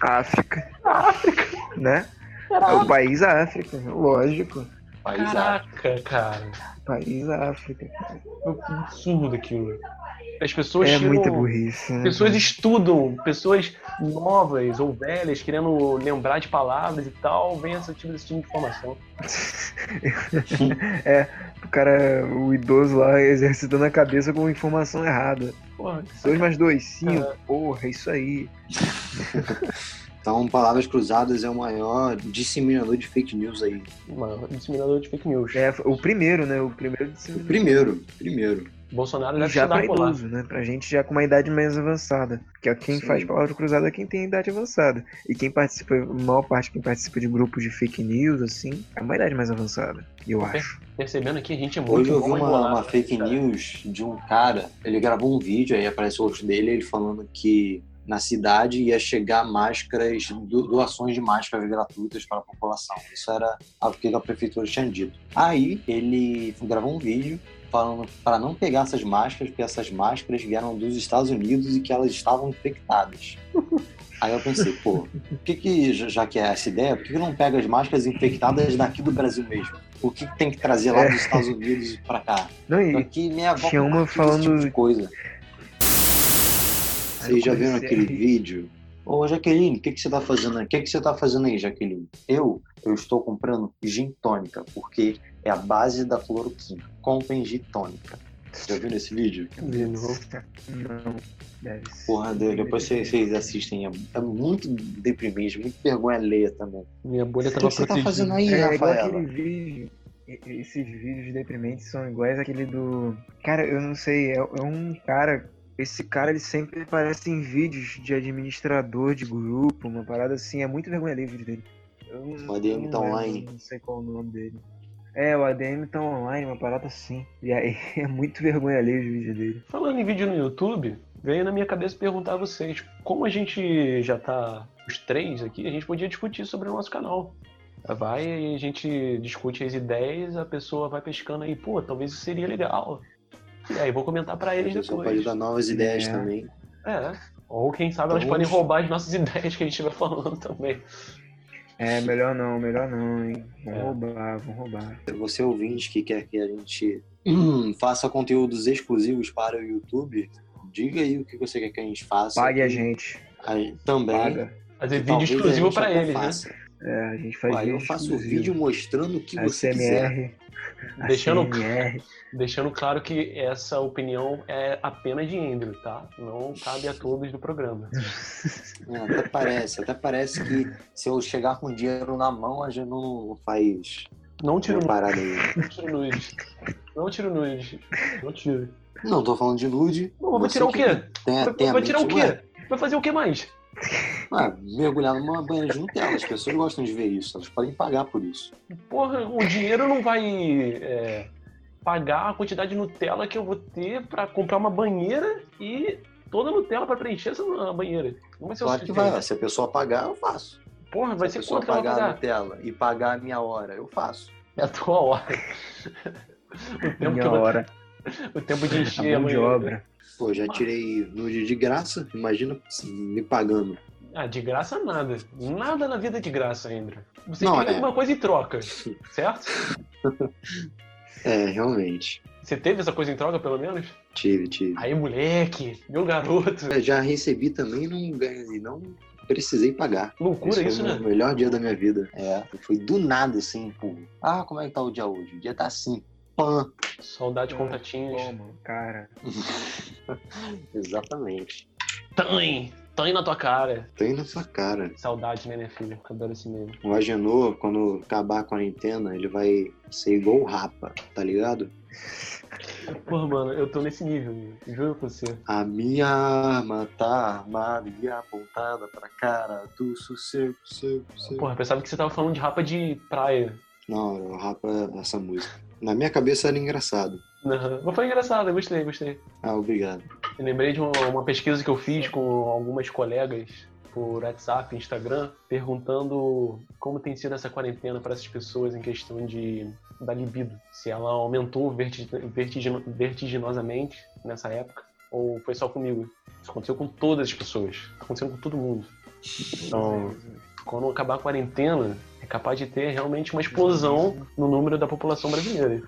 África. África. Né? É o país África, lógico.
País árabe.
Caraca, cara.
País África.
Que absurdo aquilo. As pessoas
É
tiram-
muita burrice. né?
Pessoas estudam, pessoas novas ou velhas, querendo lembrar de palavras e tal, vem esse tipo, desse tipo de informação.
O cara, o idoso lá, exercitando a cabeça com informação errada.
Porra, que
Dois mais dois, cinco.
É.
Porra, é isso aí.
Então, Palavras Cruzadas é o maior disseminador de fake news aí.
mano, disseminador de fake news.
É, o primeiro, né? O primeiro de
O primeiro, primeiro.
Bolsonaro
E
deve
já pra
estudar por lá.
idoso, né? Pra gente já com uma idade mais avançada. Porque quem
Sim.
faz palavra cruzada é quem tem idade avançada. E quem participa, a maior parte quem participa de grupos de fake news, assim, é uma idade mais avançada, eu
Ok.
acho.
Percebendo aqui, a gente é muito
Hoje eu vi
bom
uma,
embolado,
uma
né,
fake
cara?
news de um cara, ele gravou um vídeo, aí aparece o rosto dele, ele falando que na cidade ia chegar máscaras, do- doações de máscaras gratuitas para a população. Isso era o que a prefeitura tinha dito. Aí ele gravou um vídeo falando para não pegar essas máscaras, porque essas máscaras vieram dos Estados Unidos e que elas estavam infectadas. Aí eu pensei, pô, por que que, já já que é essa ideia, por que, que não pega as máscaras infectadas daqui do Brasil mesmo? Por que, que tem que trazer lá dos Estados Unidos pra cá?
Não, e
Aqui minha avó
É. Tinha uma
compartilha esse tipo
falando-
de coisa. Vocês já viram
Pois é.
aquele vídeo? Ô, Jaqueline, o que, que você tá fazendo aí? O que, que você tá fazendo aí, Jaqueline? Eu, eu estou comprando gin tônica, porque é a base da cloroquina. Comprem gin tônica. Já viram esse vídeo?
Não. Deve ser.
Porra, Deus, depois vocês, vocês assistem. É, é muito deprimente, muito vergonha alheia também.
Minha bolha
O que,
tava
que você tá
protegida.
fazendo aí,
É, igual
Rafaela?
aquele vídeo. e- Esses vídeos deprimentes são iguais àquele do. Cara, eu não sei, é, é um cara. Esse cara, ele sempre aparece em vídeos de administrador de grupo, uma parada assim. É muito vergonha ali o vídeo dele. Eu não-
O ADM tá
não lembro,
online.
Não sei qual o nome dele. É, o ADM tá online, uma parada assim. E aí é muito vergonha ali os vídeos dele.
Falando em vídeo no YouTube, veio na minha cabeça perguntar a vocês, como a gente já tá os três aqui, a gente podia discutir sobre o nosso canal. Vai e a gente discute as ideias, a pessoa vai pescando aí, pô, talvez isso seria legal. E aí vou comentar pra
A
eles
pessoa pode
depois.
dar novas ideias
É.
também.
É. Ou quem sabe elas
Então,
podem
vamos-
roubar as nossas ideias que a gente estiver falando também.
É, melhor não, melhor não, hein. Vão
É.
roubar, vão roubar.
Você ouvinte que quer que a gente hum, faça conteúdos exclusivos para o YouTube, diga aí o que você quer que a gente faça.
Pague a
Que
gente.
a gente- também.
Paga.
Fazer
que
vídeo
talvez a
exclusivo
gente
pra
até
eles, né?
faça.
É, a gente faz
Ué, eu
vídeo
faço o
exclusivo.
vídeo mostrando o que você quiser.
ACMR.
assim,
Deixando-
né?
ACMR.
Deixando claro que essa opinião é apenas de Andrew, tá? Não cabe a todos do programa.
É, até parece, até parece que se eu chegar com dinheiro na mão, a gente não não faz
Não tiro
uma
no
parada aí.
Não tiro nude. Não tiro nude. Não tiro.
Não, tô falando de nude.
Não, vai
Você
tirar o
que
quê?
Tem,
Vai,
tem a
vai tirar o
mente- Ué,
quê? Vai fazer o que mais?
Ah, mergulhar numa banheira de Nutella. As pessoas gostam de ver isso. Elas podem pagar por isso.
Porra, o dinheiro não vai é, pagar a quantidade de Nutella que eu vou ter pra comprar uma banheira e toda Nutella pra preencher essa banheira. Não vai ser
Claro
o
que
suficiente.
vai. Se a pessoa pagar, eu faço.
Porra, vai
se a
ser
pessoa
quanto que ela vai
pagar né? a
pagar?
Nutella e pagar a minha hora, eu faço.
É a tua hora. o, tempo que
Minha
eu vou-
hora.
o tempo
Tá
de
A
encher a
mão de
banheira.
obra.
Pô, já tirei nude de graça. Imagina assim, me pagando.
Ah, de graça nada. Nada na vida é de graça, Andrew. Você
Não,
tem
é.
alguma coisa em troca, certo?
É, realmente.
Você teve essa coisa em troca, pelo menos?
Tive, tive.
Aí, moleque, meu garoto.
Eu já recebi também e não ganhei, não precisei pagar.
Loucura
Esse
isso,
foi o
né?
melhor dia da minha vida. É, foi do nada, assim, pô. Ah, como é que tá o dia hoje? O dia tá assim, pã.
Saudade de contatinhos.
Bom, mano, cara.
Exatamente.
Tãe! Tãe na tua cara.
Tô indo na sua cara.
Saudade, né, minha filha? Adoro esse meme.
O Agenor, quando acabar a quarentena, ele vai ser igual o Rapa, tá ligado?
Porra, mano, eu tô nesse nível, meu. juro pra você.
A minha arma tá armada e apontada pra cara do sossego, sossego, sossego.
Porra, eu pensava que você tava falando de rapa de praia.
Não, era o Rapa, essa música. Na minha cabeça era engraçado.
Aham. Mas foi engraçado, eu gostei, gostei.
Ah, obrigado.
Eu lembrei de uma, uma pesquisa que eu fiz com algumas colegas por WhatsApp, Instagram, perguntando como tem sido essa quarentena para essas pessoas em questão de da libido, se ela aumentou verti- vertigino- vertiginosamente nessa época ou foi só comigo. Isso aconteceu com todas as pessoas, tá acontecendo com todo mundo. Então, quando acabar a quarentena, é capaz de ter realmente uma explosão no número da população brasileira.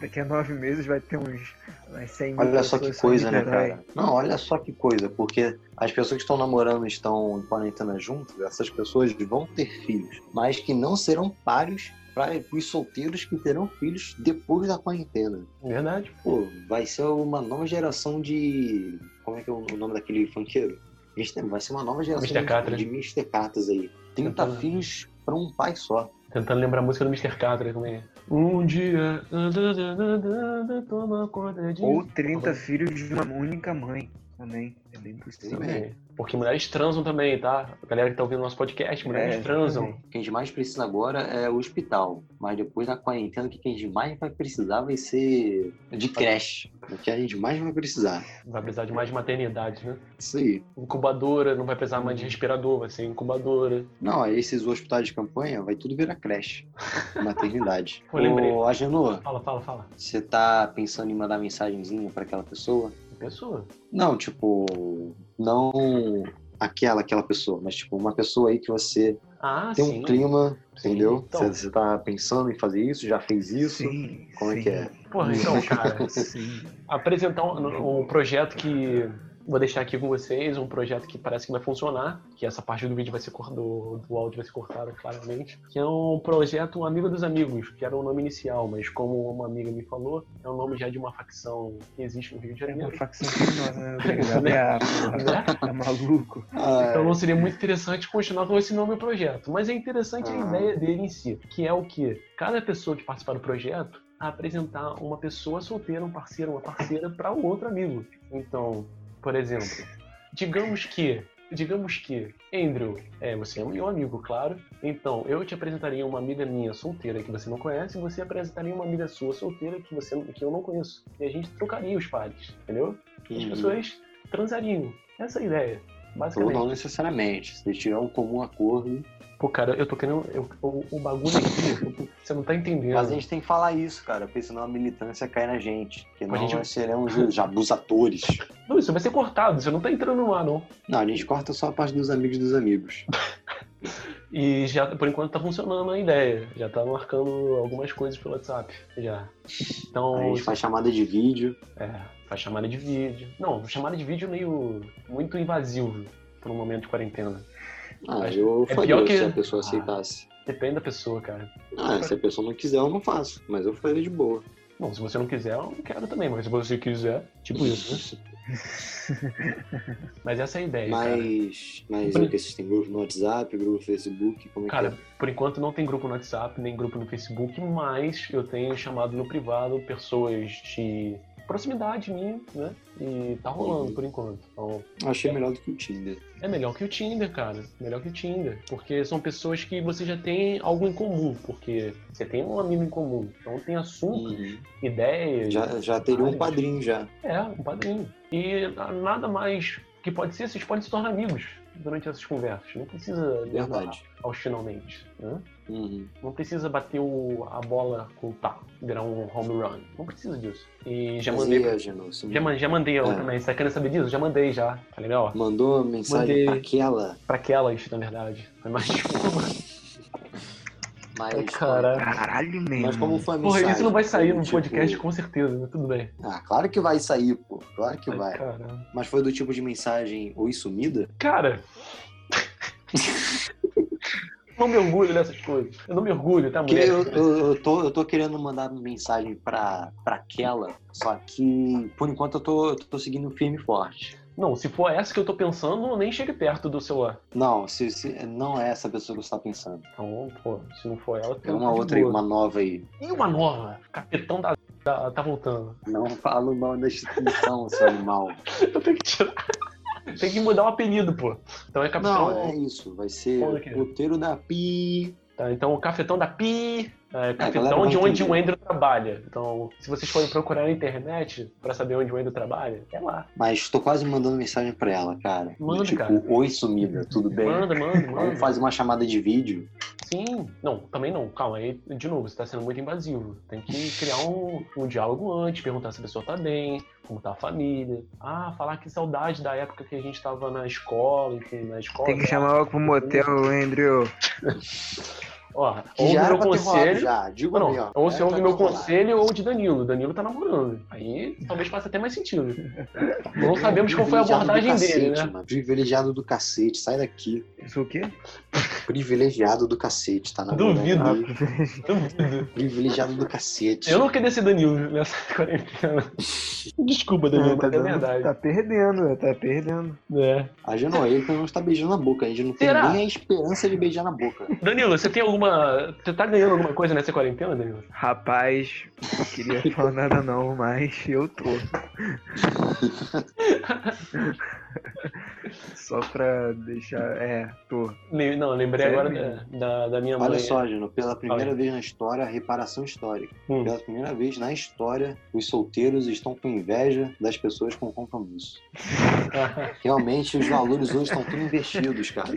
Daqui a nove meses vai ter uns. Vai 100 mil
Olha só que
pessoas só
coisa, né,
liberais.
cara? Não, olha só que coisa, porque as pessoas que estão namorando e estão em quarentena juntas, essas pessoas vão ter filhos, mas que não serão páreos para os solteiros que terão filhos depois da quarentena.
Verdade.
Pô, vai ser uma nova geração de. Como é que é o nome daquele funkeiro? Mr. Vai ser uma nova geração
Mr. Catra.
de, de Mr. Catas aí. 30
Uhum.
filhos para um pai só.
Tentando lembrar a música do Mr. Catra também. Um dia. Toma conta de.
Ou 30
Uhum.
filhos de uma única mãe também. É bem possível.
Sim.
É, Porque mulheres transam também, tá? A galera que tá ouvindo nosso podcast, mulheres
É,
transam.
O que a gente mais precisa agora é o hospital. Mas depois da quarentena, o que a gente mais vai precisar vai ser de creche. O que a gente mais vai precisar.
Vai precisar de mais de maternidade, né?
Isso aí.
Incubadora, não vai precisar mais de
Hum.
respirador, vai ser incubadora.
Não, aí esses hospitais de campanha vai tudo virar creche. Maternidade.
Pô, lembrei.
Ô, Agenor,
Fala, fala, fala.
você tá pensando em mandar mensagenzinha pra aquela pessoa?
Pessoa.
Não, tipo, não aquela, aquela pessoa, mas tipo, uma pessoa aí que você
Ah,
tem
sim.
um clima,
Sim,
entendeu?
então.
Você, você tá pensando em fazer isso, já fez isso.
Sim,
Como é
sim,
que é?
Porra, então, cara.
Sim.
apresentar um, um projeto que Vou deixar aqui com vocês um projeto que parece que vai funcionar, que essa parte do vídeo vai ser cor- do, do áudio vai ser cortada claramente, que é um projeto Amigo dos Amigos, que era o nome inicial, mas como uma amiga me falou, é o nome já de uma facção que existe no Rio de
É uma
Janeiro.
facção criminosa, né? Obrigado. É, porra, tá maluco?
Ah,
Então não seria muito interessante continuar com esse nome projeto. Mas é interessante a
Ah.
ideia dele em si, que é o que cada pessoa que participar do projeto apresentar uma pessoa solteira, um parceiro, uma parceira para o outro amigo. Então, por exemplo, digamos que Digamos que, Andrew, é, você é meu amigo, claro. Então, eu te apresentaria uma amiga minha solteira que você não conhece, e você apresentaria uma amiga sua solteira que, você, que eu não conheço. E a gente trocaria os pares, entendeu? E as
Uhum.
pessoas transariam. Essa é a ideia,
Ou
basicamente.
hum, então não necessariamente. Se tiver um comum acordo.
Pô, cara, eu tô querendo. eu- o- o bagulho aqui, você não tá entendendo.
Mas a gente tem que falar isso, cara, porque senão a militância cai na gente. Porque
Mas a
nós
gente-
gente... seremos os abusadores.
Não, isso vai ser cortado, você não tá entrando no ar, não.
Não, a gente corta só a parte dos amigos dos amigos.
E já, por enquanto, tá funcionando a ideia. Já tá marcando algumas coisas pelo WhatsApp. Já. Então.
Aí a gente faz chamada de vídeo.
É, faz chamada de vídeo. Não, chamada de vídeo é meio muito invasivo para um momento de quarentena.
Ah,
Mas
eu
é
faria
pior que-
se a pessoa
Ah.
aceitasse.
Depende da pessoa, cara.
Ah, se a pessoa não quiser, eu não faço. Mas eu faria de boa.
Bom, se você não quiser, eu não quero também, mas se você quiser, tipo isso, né? Mas essa é a ideia, cara.
Mas, mas
Por-
o que vocês têm grupo no WhatsApp, grupo no Facebook, como é que
Cara, por enquanto não tem grupo no WhatsApp, nem grupo no Facebook, mas eu tenho chamado no privado pessoas de proximidade minha, né? E tá rolando
Uhum.
por enquanto. Então,
é? Achei melhor do que o Tinder.
É melhor que o Tinder, cara. Melhor que o Tinder. Porque são pessoas que você já tem algo em comum. Porque você tem um amigo em comum. Então tem assunto,
Uhum.
ideia.
Já, já teria
Ah,
um padrinho já.
É, um padrinho. E nada mais que pode ser, vocês podem se tornar amigos durante essas conversas. Não precisa
Verdade.
levar aos finalmente. Né?
Uhum.
Não precisa bater o- a bola com o taco, virar um home run. Não precisa disso. E já
Mas
mandei.
e
pra-
a Genúcio?
Já, man- já mandei ela
É.
também. Você tá querendo saber disso? Já mandei já. Tá legal?
Mandou mensagem
Mandei.
pra aquela,
Pra aquelas, na verdade. Foi mais de uma.
mas.
Caralho.
Caralho, mesmo.
Mas como foi a
Porra,
mensagem?
isso não vai sair
Foi
no
do
podcast
tipo-
com certeza, mas tudo bem.
Ah, claro que vai sair, pô. Claro que
Ai,
vai.
Cara,
Mas foi do tipo de mensagem oi sumida?
Cara, não me orgulho dessas coisas. Eu não me orgulho, tá,
Porque
mulher?
eu, eu, eu tô, eu tô querendo mandar mensagem pra, pra aquela, só que por enquanto eu tô, eu tô seguindo firme e forte.
Não, se for essa que eu tô pensando, nem chegue perto do celular.
Não, se, se- não é essa pessoa que você tá pensando.
Então, pô, se não for ela, tá
É
tem
uma outra aí, uma nova aí.
E uma nova. Capitão da, da- tá voltando.
Não falo mal da instituição, seu animal.
Eu tenho que tirar. Tem que mudar o apelido, pô. Então é Capitão.
Não, é isso. Vai
Olha aqui.
ser roteiro da Pi.
Tá, então o Cafetão da Pi, é,
galera
Cafetão
vai
de onde
entender.
o Andrew trabalha. Então, se vocês forem procurar na internet pra saber onde o Andrew trabalha, é lá.
Mas tô quase mandando mensagem pra ela, cara. Do
Manda,
tipo,
cara.
oi sumida, tudo bem?
Manda, manda, manda.
Vamos fazer uma chamada de vídeo.
Sim. Não, também não. Calma aí, de novo, você tá sendo muito invasivo. Tem que criar um, um diálogo antes, perguntar se a pessoa tá bem, como tá a família. Ah, falar que saudade da época que a gente tava na escola, enfim, na escola.
Tem que chamar logo pro motel, Andrew.
Ó,
Que
ouve meu
pra ter rolado
conselho.
já. Digo
Não,
bem, ó.
ou você
Era
ouve
pra
meu
ter rolado.
conselho ou de Danilo. Danilo tá namorando. Aí talvez faça até mais sentido. Não sabemos qual foi a
É, Privilegiado do
abordagem
cacete,
dele, né?
mano. Privilegiado do cacete, sai daqui.
Eu sou o quê?
Privilegiado do cacete, tá na
Duvido.
moral.
Duvido.
Privilegiado do cacete.
Eu não queria ser Danilo nessa quarentena. Desculpa, Danilo,
tá,
mas é verdade.
tá perdendo, velho, tá perdendo.
É.
A Genoa não está tá beijando a boca. A gente não tem
Será?
nem a esperança de beijar na boca.
Danilo, você tem alguma. Você tá ganhando alguma coisa nessa quarentena, Danilo?
Rapaz, não queria falar nada não, mas eu tô. Só pra deixar. É, tô.
Le- Não, lembrei
Sério
agora da, da, da minha mãe.
Olha só, Geno, pela primeira
Olha.
vez na história, a reparação histórica.
Hum.
Pela primeira vez na história, os solteiros estão com inveja das pessoas com compromisso. Realmente, os valores hoje estão tudo investidos, cara.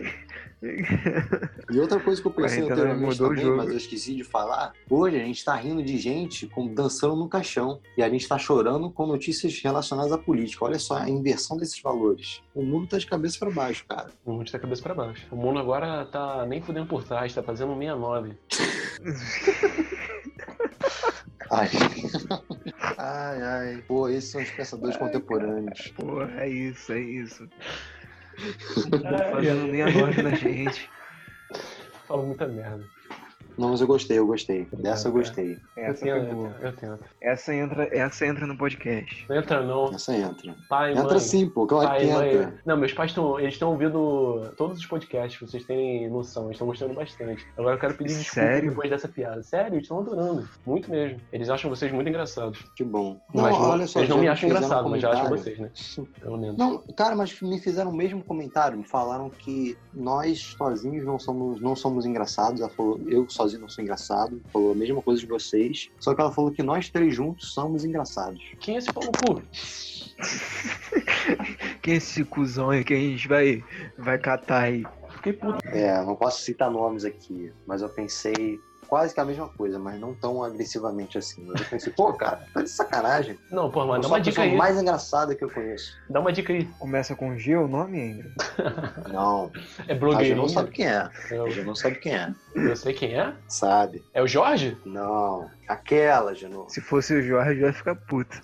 E outra coisa que eu pensei
Quarentena
anteriormente
mudou o
também,
jogo.
mas eu esqueci de falar, hoje a gente tá rindo de gente como dançando no caixão. E a gente tá chorando com notícias relacionadas à política. Olha só a inversão desses valores. O mundo tá de cabeça pra baixo, cara.
O mundo tá cabeça pra baixo. O mundo agora tá nem fudendo por trás, tá fazendo um 69.
Ai, Ai, ai. Pô, esses são os pensadores contemporâneos.
Porra, é isso, é isso. Não
Ai,
fazendo
ai.
nem a loja da gente.
Falo muita merda.
Não, mas eu gostei, eu gostei. Dessa eu gostei.
Essa
eu
foi
tento,
boa.
eu tento.
Essa entra, essa entra no podcast.
Não entra não.
Essa entra.
Pai,
Entra
mãe.
sim, pô. Claro
Pai,
que entra.
mãe. Não, meus pais estão. Eles estão ouvindo todos os podcasts, pra vocês terem noção. Eles estão gostando bastante. Agora eu quero pedir desculpa
Sério?
depois dessa piada. Sério, eles estão adorando. Muito mesmo. Eles acham vocês muito engraçados.
Que bom.
mas não- eles não
já
me acham
fizeram um
engraçado, mas já acham
comentário.
vocês, né? Pelo menos.
Não, cara, mas me fizeram o mesmo comentário. Me falaram que nós sozinhos não somos, não somos engraçados. Ela falou, eu sozinho não sou engraçado. Falou a mesma coisa de vocês. Só que ela falou que nós três juntos somos engraçados.
Quem é esse pau no cu?
Quem é esse cuzão aí que a gente vai, vai catar aí?
Fiquei puto.
É, não posso citar nomes aqui, mas eu pensei quase que a mesma coisa, mas não tão agressivamente assim. Mas eu pensei, pô, cara, tá de sacanagem.
Não, pô,
eu
mano, dá
sou
uma
a
dica
pessoa
aí.
mais Ah, engraçada que eu conheço.
Dá uma dica aí.
Começa com G o nome, André?
Não,
É
a Ju
blogueirinho?
não sabe quem é.
Eu,
A Ju não sabe quem é.
eu sei quem é.
Sabe?
É o Jorge?
Não. Aquela, Genu.
Se fosse o Jorge, vai ficar puto.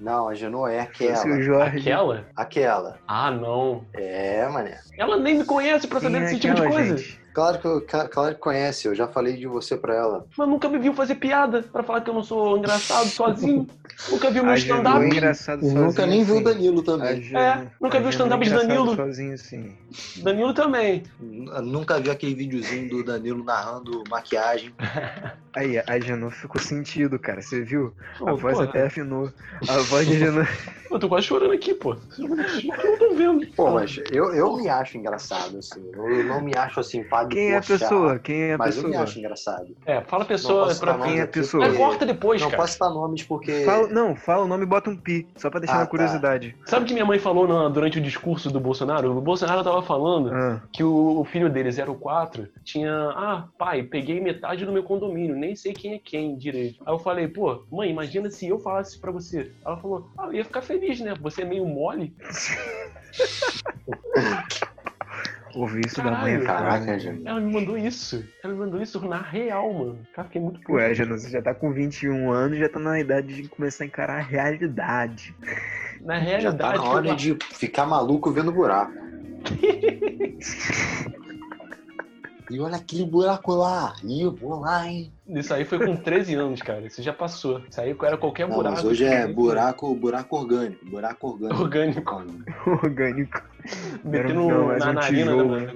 Não, a Genu é
Se fosse o
aquela.
Jorge. é
Aquela?
Aquela.
Ah, não.
É, mané.
Ela nem me conhece pra
Quem
saber
é
desse tipo de
aquela,
coisa.
gente?
Claro que, eu- ca- claro que conhece, eu já falei de você pra ela.
Mas nunca me viu fazer piada pra falar que eu não sou engraçado sozinho. nunca viu meu
A Genu
stand-up.
é engraçado sozinho,
Nunca nem viu o
sim.
Danilo
A
também.
Genu-
É,
a
nunca viu o
Genu
stand-up de
engraçado
Danilo.
Sozinho, sim.
Danilo também.
N- É, Nunca viu aquele videozinho do Danilo narrando maquiagem.
Aí, a Genu ficou sentido, cara. Você viu? A
Pô,
voz
pô,
até afinou. A voz de Genu.
Eu tô quase chorando aqui, pô. Vocês não não estão vendo.
Pô, mas eu, eu me acho engraçado, assim. Eu não me acho assim, Fábio
Quem é a
Porchat,
pessoa? Quem é a
Mas eu me
pessoa?
acho engraçado.
É, fala a
não
pessoa
posso
pra
citar
mim.
quem é a
aqui,
pessoa?
Mas
porque-
corta depois,
Não
cara.
posso citar nomes porque.
Fala- não, fala o nome e bota um pi, só pra deixar
é- Ah,
uma
tá.
curiosidade.
Sabe o que minha mãe falou na- durante o discurso do Bolsonaro? O Bolsonaro tava falando
Ah,
que o, o filho dele, 04, tinha. Ah, pai, peguei metade do meu condomínio, nem sei quem é quem direito. Aí eu falei, pô, mãe, imagina se eu falasse isso pra você. Ela falou, ah, eu ia ficar feliz, né? Você é meio mole.
ouvir isso da
Caralho,
manhã.
Caraca, gente.
Ela me mandou isso. Ela me mandou isso na real, mano. Cara, fiquei muito puto.
Ué, Janu, você já tá com 21 anos, já tá na idade de começar a encarar a realidade.
Na
Já
realidade,
tá na
que
hora
eu-
de ficar maluco vendo buraco. e olha aquele buraco lá. E eu vou lá, hein?
Isso aí foi com 13 anos, cara. Isso já passou. Isso aí era qualquer
Não,
Um buraco.
mas hoje é buraco, buraco orgânico. Buraco orgânico.
Orgânico.
Orgânico.
Metendo
Não, não, mas
na
um
narina.
tijolo,
né?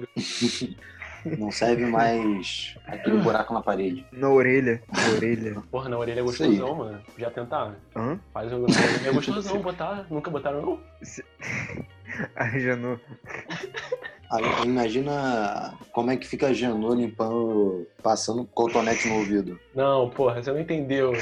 Não serve mais aquele buraco na parede.
Na orelha. Na orelha.
Porra, na orelha é
Isso aí.
gostosão, mano. Já tentaram.
Hã?
Faz um... É gostosão botar. Nunca botaram, não?
A Janu.
Aí, Imagina como é que fica a Janô limpando, passando cotonete no ouvido.
Não, porra, você não entendeu.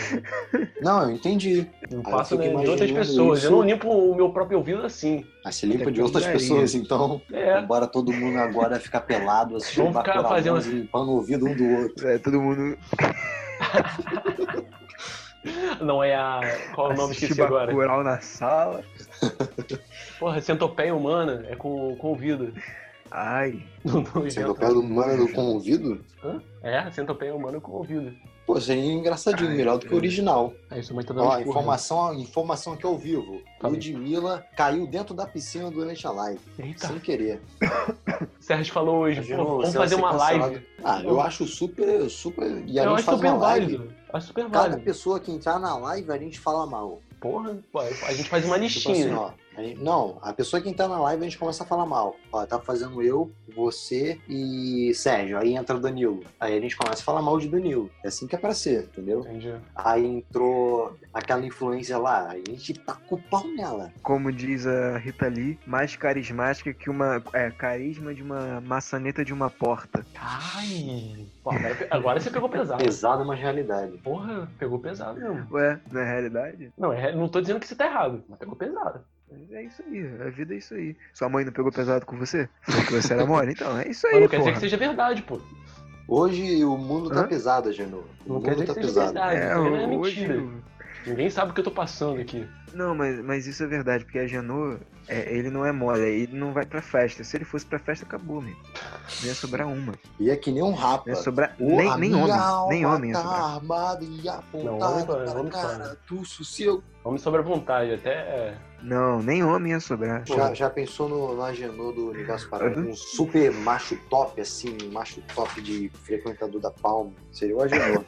Não, eu entendi.
Não
Aí
faço
eu
né,
fico
de outras
imaginando
pessoas.
isso.
Eu não limpo o meu próprio ouvido assim.
Mas se limpa
Até
de outras
putaria.
pessoas, então.
É.
Bora todo mundo agora ficar pelado, assim, assistindo
Vamos ficar
Bacurau
fazendo-
e limpando o ouvido um do outro.
É, todo mundo
Não é a. Qual o nome que
assiste
esqueci agora?
Bacurau na sala.
Porra, centopeia humana é com, com ouvido.
Ai.
Não, não
Você
inventa.
não pega o mano com o ouvido?
Hã? É, centopeia humana com ouvido.
Pô, seria engraçadinho,
Ai,
melhor do que o
cara.
original.
É isso, mas tá dando
Ó,
esporro.
informação, informação aqui ao vivo.
Tá bem.
Ludmilla caiu dentro da piscina durante a live,
Eita.
sem querer.
Sérgio falou hoje,
Imagina,
pô, vamos
você
fazer
vai
uma
ser
live.
Ah, eu acho super, super. E a
Tá Eu
gente
acho
faz
super
uma live.
válido. Acho super
Cada
válido.
pessoa que entrar na live, a gente fala mal.
Porra, pô, a gente faz uma
Tipo assim,
listinha.
ó. a gente- Não, a pessoa que entrar na live, a gente começa a falar mal. Ó, tá fazendo eu, você e Sérgio. Aí entra o Danilo. Aí a gente começa a falar mal de Danilo. É assim que é pra ser, entendeu?
Entendi.
Aí entrou aquela influência lá. A gente taca o pau nela.
Como diz a Rita Lee, mais carismática que uma. É, carisma de uma maçaneta de uma porta.
Ai! Pô, agora, agora você pegou pesado.
Pesada, Tá mas realidade.
Porra, pegou pesado mesmo.
Ué, na realidade?
Não, é, não tô dizendo que você tá errado, mas pegou pesado.
Mas É isso aí, a vida é isso aí. Sua mãe não pegou pesado com você? Falou que você era mole? Então, é isso
Mas
aí,
não quer dizer
porra.
que seja verdade, pô.
Hoje o mundo tá
Hã?
pesado, Genu. O
Não
mundo
quer dizer
tá
que seja
pesado.
verdade.
É,
isso aí não é
hoje.
mentira. Ninguém sabe o que eu tô passando aqui.
Não, mas, mas isso é verdade, porque a Janô, é, ele não é mole, ele não vai pra festa. Se ele fosse pra festa, acabou, meu. Não ia sobrar uma.
E é que nem um rapa.
Não ia sobrar
O-
nem,
a
nem
minha
homem.
alma
Nem né? homem ia
tá
sobrar.
armada e
Não,
apontada
homem para-
para
homem para.
cara do sossego.
Homem sobre a vontade, até.
Não, nem homem ia sobrar.
Já, já pensou no, no Agenor do Universo Paralelo? Um super macho top, assim, um macho top de frequentador da Palma. Seria o Agenor.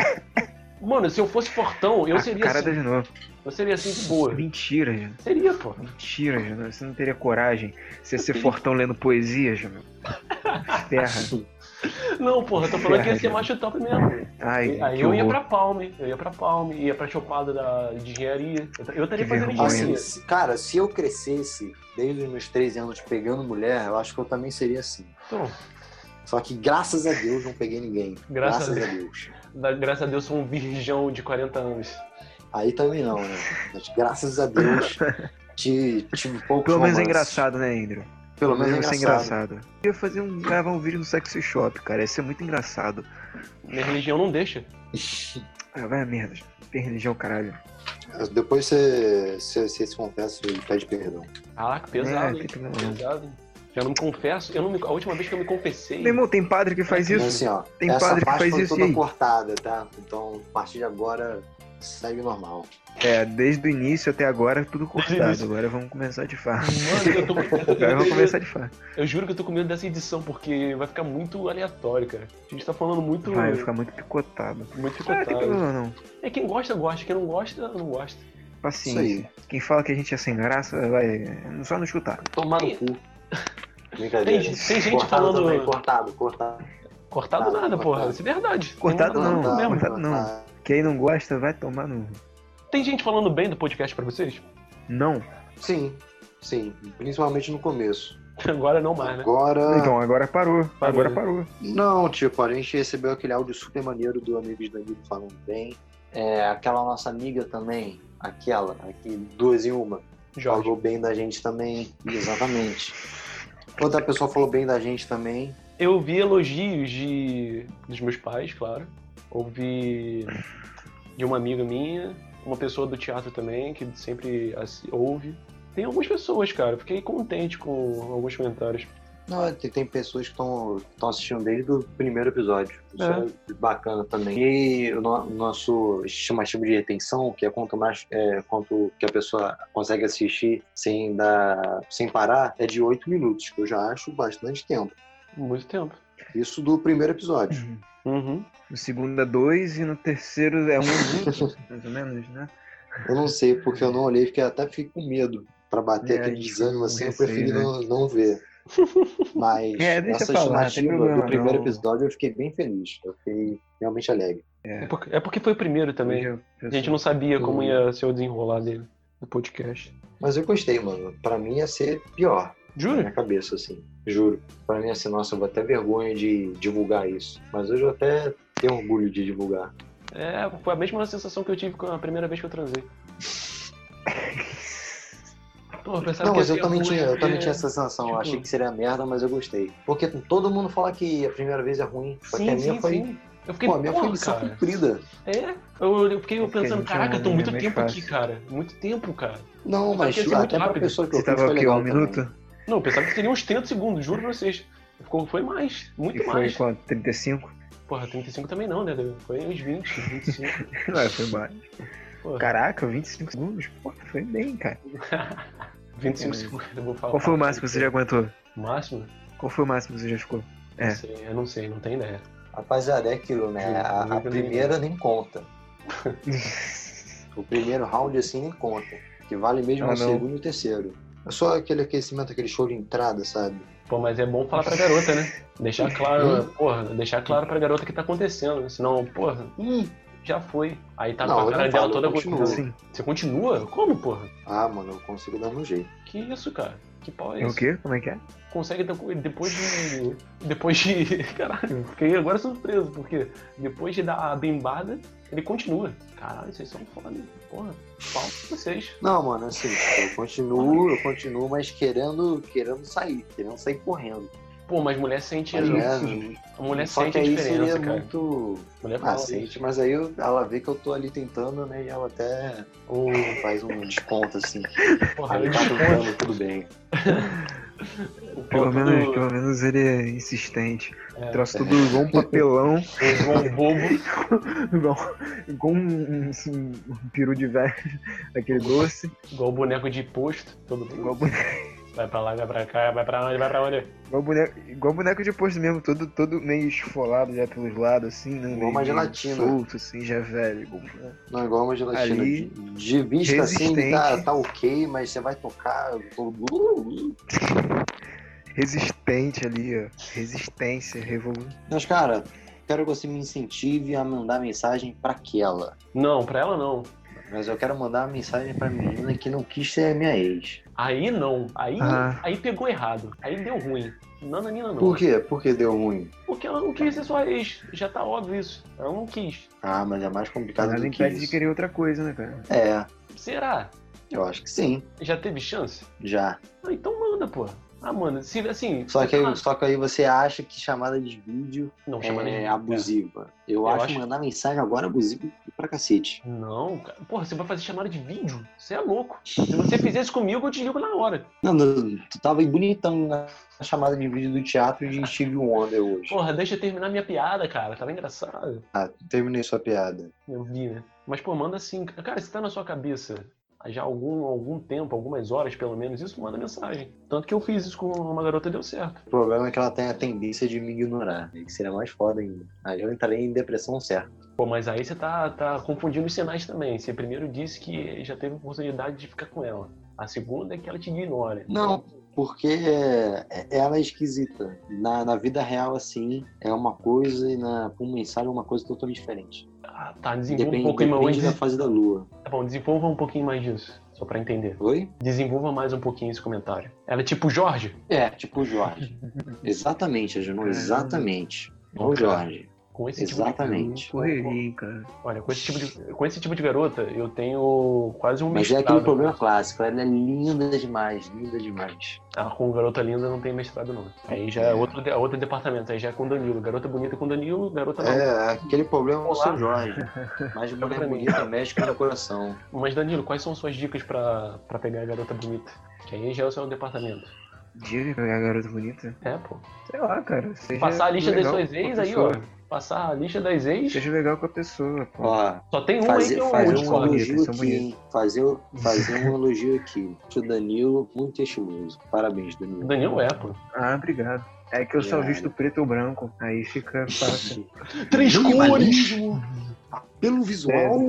Mano, se eu fosse fortão, eu
A
seria
cara
assim.
da Janô.
Eu seria assim de boa.
Mentira, Janô.
Seria, pô.
Mentira, Janô. Você não teria coragem. Você ia ser fortão lendo poesia, Janô. Terra.
Não, porra, tô falando que ia ser
Verdade.
macho top mesmo.
Ai,
Aí
que
eu ia
horror.
pra Palme, eu ia pra Palme, ia pra chopada da de engenharia. Eu- Eu estaria
Que
fazendo
vergonha.
engenharia.
Assim, se- cara, se eu crescesse desde os meus 13 anos pegando mulher, eu acho que eu também seria assim.
Então,
Só que graças a Deus não peguei ninguém.
Graças a
a Deus.
da- graças a Deus, sou um virgão de 40 anos.
Aí também não, né? Mas graças a Deus ti- tive poucos
Pelo menos é
romances.
engraçado, né, Andrew?
Pelo menos é
ia ser
engraçado.
engraçado. Eu ia fazer um, gravar um vídeo no Sexy Shop, cara. Ia ser muito engraçado.
Minha religião não deixa.
Ah, vai a merda. Janô. Tem religião, caralho.
Depois você, você, você se confessa e pede perdão.
Caraca, Ah, pesado,
É,
hein?
tem que ver.
Pesado. Já não me confesso. Eu não me- A última vez que eu me confessei.
Meu irmão, tem padre que faz
Mas
isso?
assim, ó,
Tem
essa
padre que
parte
faz
foi
isso, e
toda
aí?
cortada, tá? Então, a partir de agora, segue normal.
É, desde o início até agora, tudo cortado.
início.
Agora vamos começar de fato.
Mano, eu, tô...
Agora vamos
eu,
começar de fato.
juro que eu tô com medo dessa edição, porque vai ficar muito aleatório, cara. A gente tá falando muito.
Vai, vai ficar muito picotado.
Muito
Ah, tem
picotado.
problema não.
É quem gosta, gosta. Quem não gosta, não gosta.
Paciência. Quem fala que a gente é sem graça, vai. é Só não escutar.
Tomar
Tem-
Tá no cu. Brincadeira.
Tem- tem gente
cortado
falando-
Também, cortado, cortado.
Cortado
Tá,
nada,
cortado.
porra. Isso é verdade.
Cortado
Tem-
não,
mesmo.
cortado não. Quem não gosta, vai tomar no.
Tem gente falando bem do podcast pra vocês?
Não.
Sim, sim. Principalmente no começo.
Agora não mais, né?
Agora.
Então, agora parou.
Parou.
Agora parou.
Não, tipo, a gente recebeu aquele áudio super maneiro do Amigos do Amigo falando bem. É, aquela nossa amiga também, aquela, aqui, duas em uma,
Jorge.
falou bem da gente também. Exatamente. Outra pessoa falou bem da gente também.
Eu vi elogios de dos meus pais, claro. Ouvi de uma amiga minha, uma pessoa do teatro também, que sempre assi- ouve. Tem algumas pessoas, cara. Fiquei contente com alguns comentários.
Não, tem, tem pessoas que estão assistindo desde o primeiro episódio. Isso é, bacana também. E o no- nosso estimativo de retenção, que é quanto mais é, quanto que a pessoa consegue assistir sem dar, sem parar, é de oito minutos, que eu já acho bastante tempo.
Muito tempo.
Isso do primeiro episódio.
Uhum.
No segundo é dois e no terceiro é um minuto, mais ou menos, né?
Eu não sei, porque eu não olhei, porque até fiquei com medo pra bater
É,
aquele
acho
desânimo
que
assim, eu
receio,
preferi
né?
não, não ver. Mas
É, deixa
essa
pra lá, tem
estimativa
problema
do primeiro
não.
episódio eu fiquei bem feliz. Eu fiquei realmente alegre.
É porque, é porque foi o primeiro também.
Hoje eu-
A gente não sabia como
Uhum.
ia ser o desenrolar dele, do podcast.
Mas eu gostei, mano. Pra mim ia ser pior. Na
Jura?
minha cabeça, assim. Juro. Pra mim, assim, nossa, eu vou até vergonha de divulgar isso. Mas hoje eu até tenho orgulho de divulgar.
É, foi a mesma sensação que eu tive com a primeira vez que eu transei. Pô, eu pensava
não,
que
mas
ia
eu
ser
também,
ruim,
tinha, eu também
porque-
tinha essa sensação. Eu
tipo-
achei que seria merda, mas eu gostei. Porque todo mundo fala que a primeira vez é ruim. Só que a
Sim,
minha
sim,
foi.
sim. Eu fiquei,
Pô, a minha foi
porra,
missão
cara.
cumprida.
É, eu, eu fiquei
É que a
pensando,
gente é
caraca, eu tô
homem,
muito
é bem
tempo aqui,
fácil.
cara. Muito tempo, cara.
Não,
Eu
mas
achei que ia ser muito
até pra
rápido.
pessoa que eu
Você
fiz
tava
foi
aqui
legal
um
também.
minuto?
Não, eu pensava que seria uns 30 segundos, juro pra vocês. Ficou, foi mais, muito
E foi
mais.
quanto? 35?
Porra, 35 também não, né? Davi? Foi uns 20, 25.
Não, foi mais.
Porra,
Caraca, 25 segundos? Pô, foi bem, cara.
25 segundos, eu vou falar.
Qual foi o máximo que você já aguentou?
O máximo?
Qual foi o máximo que você já ficou? É.
Não sei, eu não sei, não tenho ideia.
Rapaziada, é aquilo, né?
Juro,
um
A, a
nunca vi.
primeira nem conta.
É
o primeiro round assim nem conta. Que vale mesmo
Ah,
o
não.
segundo e o terceiro. É só aquele aquecimento, aquele show de entrada, sabe?
Pô, mas é bom falar pra garota, né? Deixar claro,
Uhum.
porra, deixar claro pra garota o que tá acontecendo. né? Senão, porra, ih, já foi. Aí tá
Não,
com
eu
a cara
não
dela
falo,
toda
eu continuo.
gostosa.
Assim,
Você continua? Como, porra?
Ah, mano, eu consigo dar um jeito.
Que isso, cara? Que pau é
é
esse?
o quê? Como é que é?
consegue depo- depois de. Depois de. Caralho, fiquei agora surpreso, porque depois de dar a bimbada, ele continua. Caralho, vocês são foda. Porra, pau pra vocês.
Não, mano, assim, eu continuo, eu continuo, mas querendo, querendo sair, querendo sair correndo.
Pô, mas mulher sente.
Mas, né,
a mulher
Só
sente
que
a
aí
diferença,
seria
cara. É
muito Ah,
Mulher fala.
macete, mas aí eu- ela vê que eu tô ali tentando, né? E ela até um, faz um desconto assim.
Porra,
Aí
eu
tá
desconto.
tentando, tudo bem.
O
Pelo
ponto
menos,
do-
pelo menos ele é insistente.
É.
Trouxe tudo igual um papelão,
do um bobo.
igual, igual um, um, assim, um peru de velho, aquele doce,
Igual o boneco de posto, todo
igual
mundo.
boneco,
Vai pra lá, vai pra cá, vai pra onde, vai pra onde.
igual boneco, igual boneco de posto mesmo, todo, todo meio esfolado já pelos lados, assim, né?
Igual
meio-
uma
meio
gelatina.
Solto, assim, já velho. igual-
Não, igual uma gelatina.
Ali,
de, de vista assim,
resistente.
tá, tá ok, mas você vai tocar. eu tô-
Resistente ali, ó. Resistência, revolução.
Mas, cara, quero que você me incentive a mandar mensagem pra aquela.
Não, pra ela não.
Mas eu quero mandar uma mensagem pra menina que não quis ser minha ex.
Aí não. Aí,
Ah.
aí pegou errado. Aí deu ruim. Nananina não.
Por quê? Por que deu ruim?
Porque ela não quis ser sua ex. Já tá óbvio isso. Ela não quis.
Ah, mas é mais complicado
Nada
do que
impede de
isso.
querer outra coisa, né, cara?
É,
Será?
eu acho que sim,
Já teve chance?
já.
Ah, então manda, pô. Ah, manda. Se, assim,
Só que, aí-
ah,
só que aí você acha que chamada de vídeo
não, chama nem-
é abusiva. Eu,
Eu
acho,
acho-
mandar mensagem agora abusiva pra cacete.
Não, cara. Porra, você vai fazer chamada de vídeo? Você é louco. Se você fizer isso comigo, eu te ligo na hora.
Não, não, tu tava aí bonitão na chamada de vídeo do teatro de Steve Wonder hoje.
Porra, deixa eu terminar minha piada, cara. Tava engraçado.
Ah, terminei sua piada.
Eu vi, né? Mas, pô, manda assim. Cara, se tá na sua cabeça já há algum, algum tempo, algumas horas pelo menos, isso manda mensagem. Tanto que eu fiz isso com uma garota e deu certo.
O problema é que ela tem a tendência de me ignorar, né? que seria mais foda ainda. Aí eu entrarei em depressão certa.
Pô, mas aí você tá, tá confundindo os sinais também. Você primeiro disse que já teve oportunidade de ficar com ela. A segunda é que ela te ignora.
Não, porque é- ela é esquisita. Na, na vida real, assim, é uma coisa e na por mensagem é uma coisa totalmente diferente.
Ah, tá, desenvolva um
Depende,
pouquinho mais.
depende da fase da lua.
Tá bom, desenvolva um pouquinho mais disso. Só pra entender.
Oi?
Desenvolva mais um pouquinho esse comentário. Ela é tipo Jorge?
É, tipo o Jorge. exatamente, Agenor, exatamente. Ou o Jorge.
Com esse
Exatamente.
Tipo de...
Correria, hein, cara.
Olha, com esse, tipo de... com esse tipo de garota, eu tenho quase um
Mas é
mestrado.
aquele problema clássico, ela é linda demais, linda demais.
Ah, com garota linda não tem mestrado, não. Aí já é outro, de- outro departamento, aí já é com Danilo. Garota bonita com Danilo, garota não.
É, aquele problema é o
Olá.
seu Jorge. Mas
pra
mulher
mim.
bonita mexe com o meu coração.
Mas Danilo, quais são suas dicas pra, pra pegar a garota bonita? Que aí já é o seu departamento.
Diga que é a garota bonita.
É, pô.
Sei lá, cara. Seja
Passar a lista das
legal
suas
com a
ex aí, ó.
pessoa.
Passar a lista das ex.
Seja legal com a pessoa, pô.
Ó,
Só tem um aí que
fazer,
é o
fazer
são
um
único.
bonitas,
elogio
são
aqui, hein? Fazer, fazer um elogio aqui. Acho o Danilo muito estiloso. Parabéns, Danilo.
Danilo é, pô.
Ah, obrigado. É que eu só
Claro.
visto preto ou branco. Aí fica fácil.
Três
Minimalismo, Apelo é visual.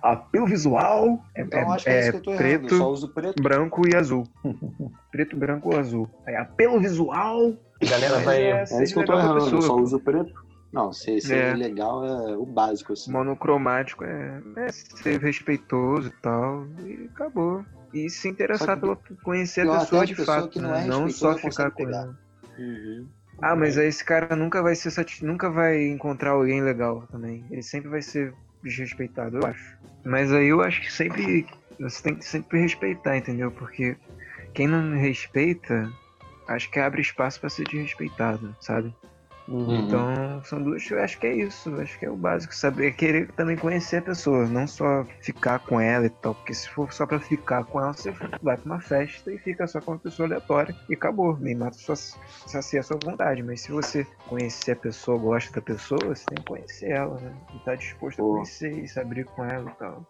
Apelo visual é,
Então acho que
é-
é,
é
isso que eu tô errando. eu
preto,
Só uso preto.
branco e azul. preto, branco ou azul. Aí, apelo visual.
Galera, tá aí.
é,
É isso que
seja
eu tô
legal com a
errando. Eu só
pessoa.
uso preto. Não, ser, ser
É.
legal é o básico, assim.
Monocromático é, é ser respeitoso e tal. E acabou. E se
Só
interessar
que-
pela conhecer
Não,
a
até
pessoa
as
de
pessoas
fato,
que não
né?
é
não
respeitosa
só ficar
consegue
com
pegar.
ela.
Uhum.
Ah, mas aí esse cara nunca vai ser sati- nunca vai encontrar alguém legal também. Ele sempre vai ser desrespeitado, eu acho. Mas aí eu acho que sempre você tem que sempre respeitar, entendeu? Porque quem não respeita, acho que abre espaço pra ser desrespeitado, sabe?
Uhum.
Então, são duas, eu acho que é isso, acho que é o básico, saber é querer também conhecer a pessoa, não só ficar com ela e tal, porque se for só pra ficar com ela, você vai pra uma festa e fica só com uma pessoa aleatória e acabou, nem mata sua sacia a sua vontade, mas se você conhecer a pessoa, gosta da pessoa, você tem que conhecer ela, né? E tá disposto
Pô.
a conhecer e se abrir com ela e tal.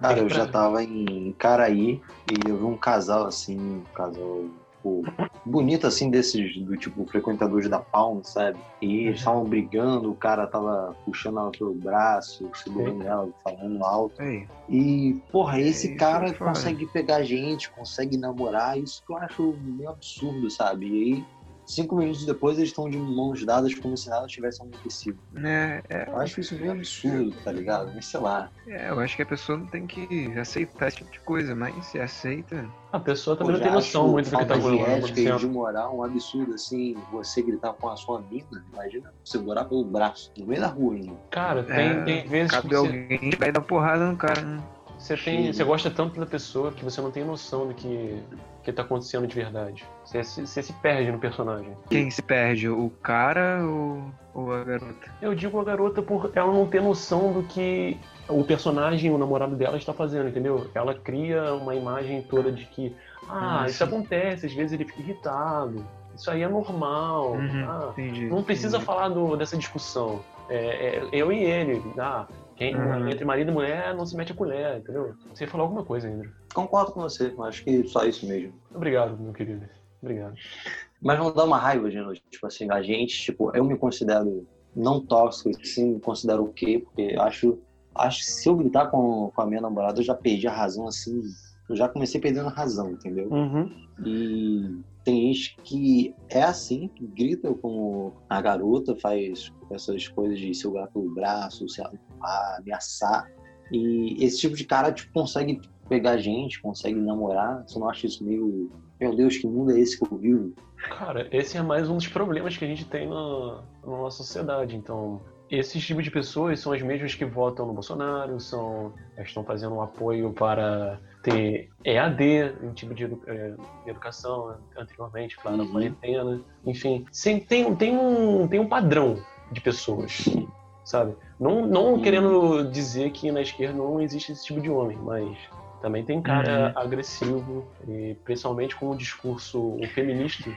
Cara, eu
Pra-
já tava em Caraí e eu vi um casal assim, um casal tipo, bonito assim, desses do tipo frequentadores da Palma, sabe? E
Uhum.
eles estavam brigando, o cara tava puxando ela pelo braço, segurando ela, falando alto.
É Aí,
E, porra, esse
isso
cara
é foda.
consegue pegar gente, consegue namorar, isso que eu acho meio absurdo, sabe? E aí, cinco minutos depois, eles estão de mãos dadas como se nada tivesse acontecido.
né? É,
Eu acho isso meio absurdo, tá ligado? Mas sei lá.
é, eu acho que a pessoa não tem que aceitar esse tipo de coisa, mas se aceita,
A pessoa
Pô,
também não
já
tem noção
acho
muito do que tá
falta de ética e de
acontecendo.
moral um absurdo assim, você gritar com a sua mina, imagina segurar pelo braço no meio da rua ainda.
Cara, tem,
É,
tem vezes que
cabe
você...
alguém que vai dar porrada no cara, né?
Você, tem, você gosta tanto da pessoa que você não tem noção do que, que tá acontecendo de verdade. Você, se- você se perde no personagem.
Quem se perde? O cara ou, ou a garota?
Eu digo a garota por ela não ter noção do que o personagem, o namorado dela, está fazendo, entendeu? Ela cria uma imagem toda de que, ah,
Ah,
isso
sim.
acontece, às vezes ele fica irritado, isso aí é normal,
Uhum.
ah,
Entendi.
não precisa
entendi.
falar do- dessa discussão. É, é, eu e ele, ah, quem,
Uhum.
entre marido e mulher não se mete a colher, entendeu? Você ia falar alguma coisa, Andrew.
Concordo com você, acho que só isso mesmo.
Obrigado, meu querido. Obrigado.
Mas não dá uma raiva de noite. Tipo assim, a gente, tipo, eu me considero não tóxico, sim, me considero o quê? Porque acho, acho que se eu gritar com, com a minha namorada, eu já perdi a razão, assim. Eu já comecei perdendo a razão, entendeu?
Uhum.
E tem gente que é assim, que grita com a garota, faz essas coisas de se eu pelo braço, se arrumar, ameaçar. E esse tipo de cara tipo, consegue pegar gente, consegue namorar. Você não acha isso meio. Meu Deus, que mundo é esse que eu vivo?
Cara, esse é mais um dos problemas que a gente tem na, na nossa sociedade. Então, esses tipos de pessoas são as mesmas que votam no Bolsonaro, são, elas estão fazendo um apoio para ter EAD, um tipo de, edu- eh, de educação, né, anteriormente, claro, na
Uhum.
quarentena. Enfim, sim, tem, tem, um, tem um padrão de pessoas, sabe? Não, não
Uhum.
querendo dizer que na esquerda não existe esse tipo de homem, mas também tem cara agressivo, e principalmente com o discurso feminista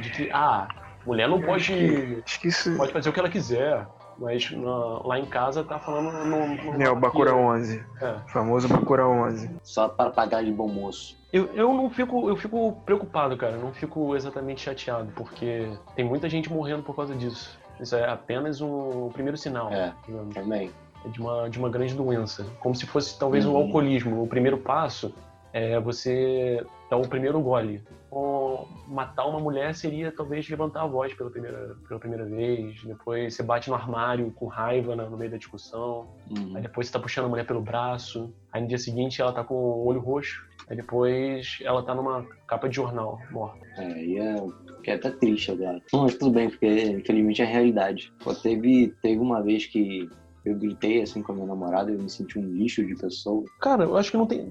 de que, ah, mulher não pode,
Acho que isso
pode fazer o que ela quiser, mas na- lá em casa tá falando. No, no-
é o Bakura 11.
É.
O famoso Bakura 11.
Só para pagar de bom moço.
Eu, eu não fico, eu fico preocupado, cara. Eu não fico exatamente chateado, porque tem muita gente morrendo por causa disso. Isso é apenas um primeiro sinal
É.
né,
Também.
de, uma, de uma grande doença. Como se fosse talvez o
Uhum.
alcoolismo. O primeiro passo é você dar o primeiro gole. Ou matar uma mulher seria talvez levantar a voz pela primeira, pela primeira vez. Depois você bate no armário com raiva na- no meio da discussão.
Hum,
Aí depois você tá puxando a mulher pelo braço. Aí no dia seguinte ela tá com o olho roxo. Aí depois ela tá numa capa de jornal, morta.
É, e é, fiquei até triste agora. Mas tudo bem, porque infelizmente é a realidade. Pô, teve, teve uma vez que eu gritei assim com a minha namorada, eu me senti um lixo de pessoa.
Cara, eu acho que não tem.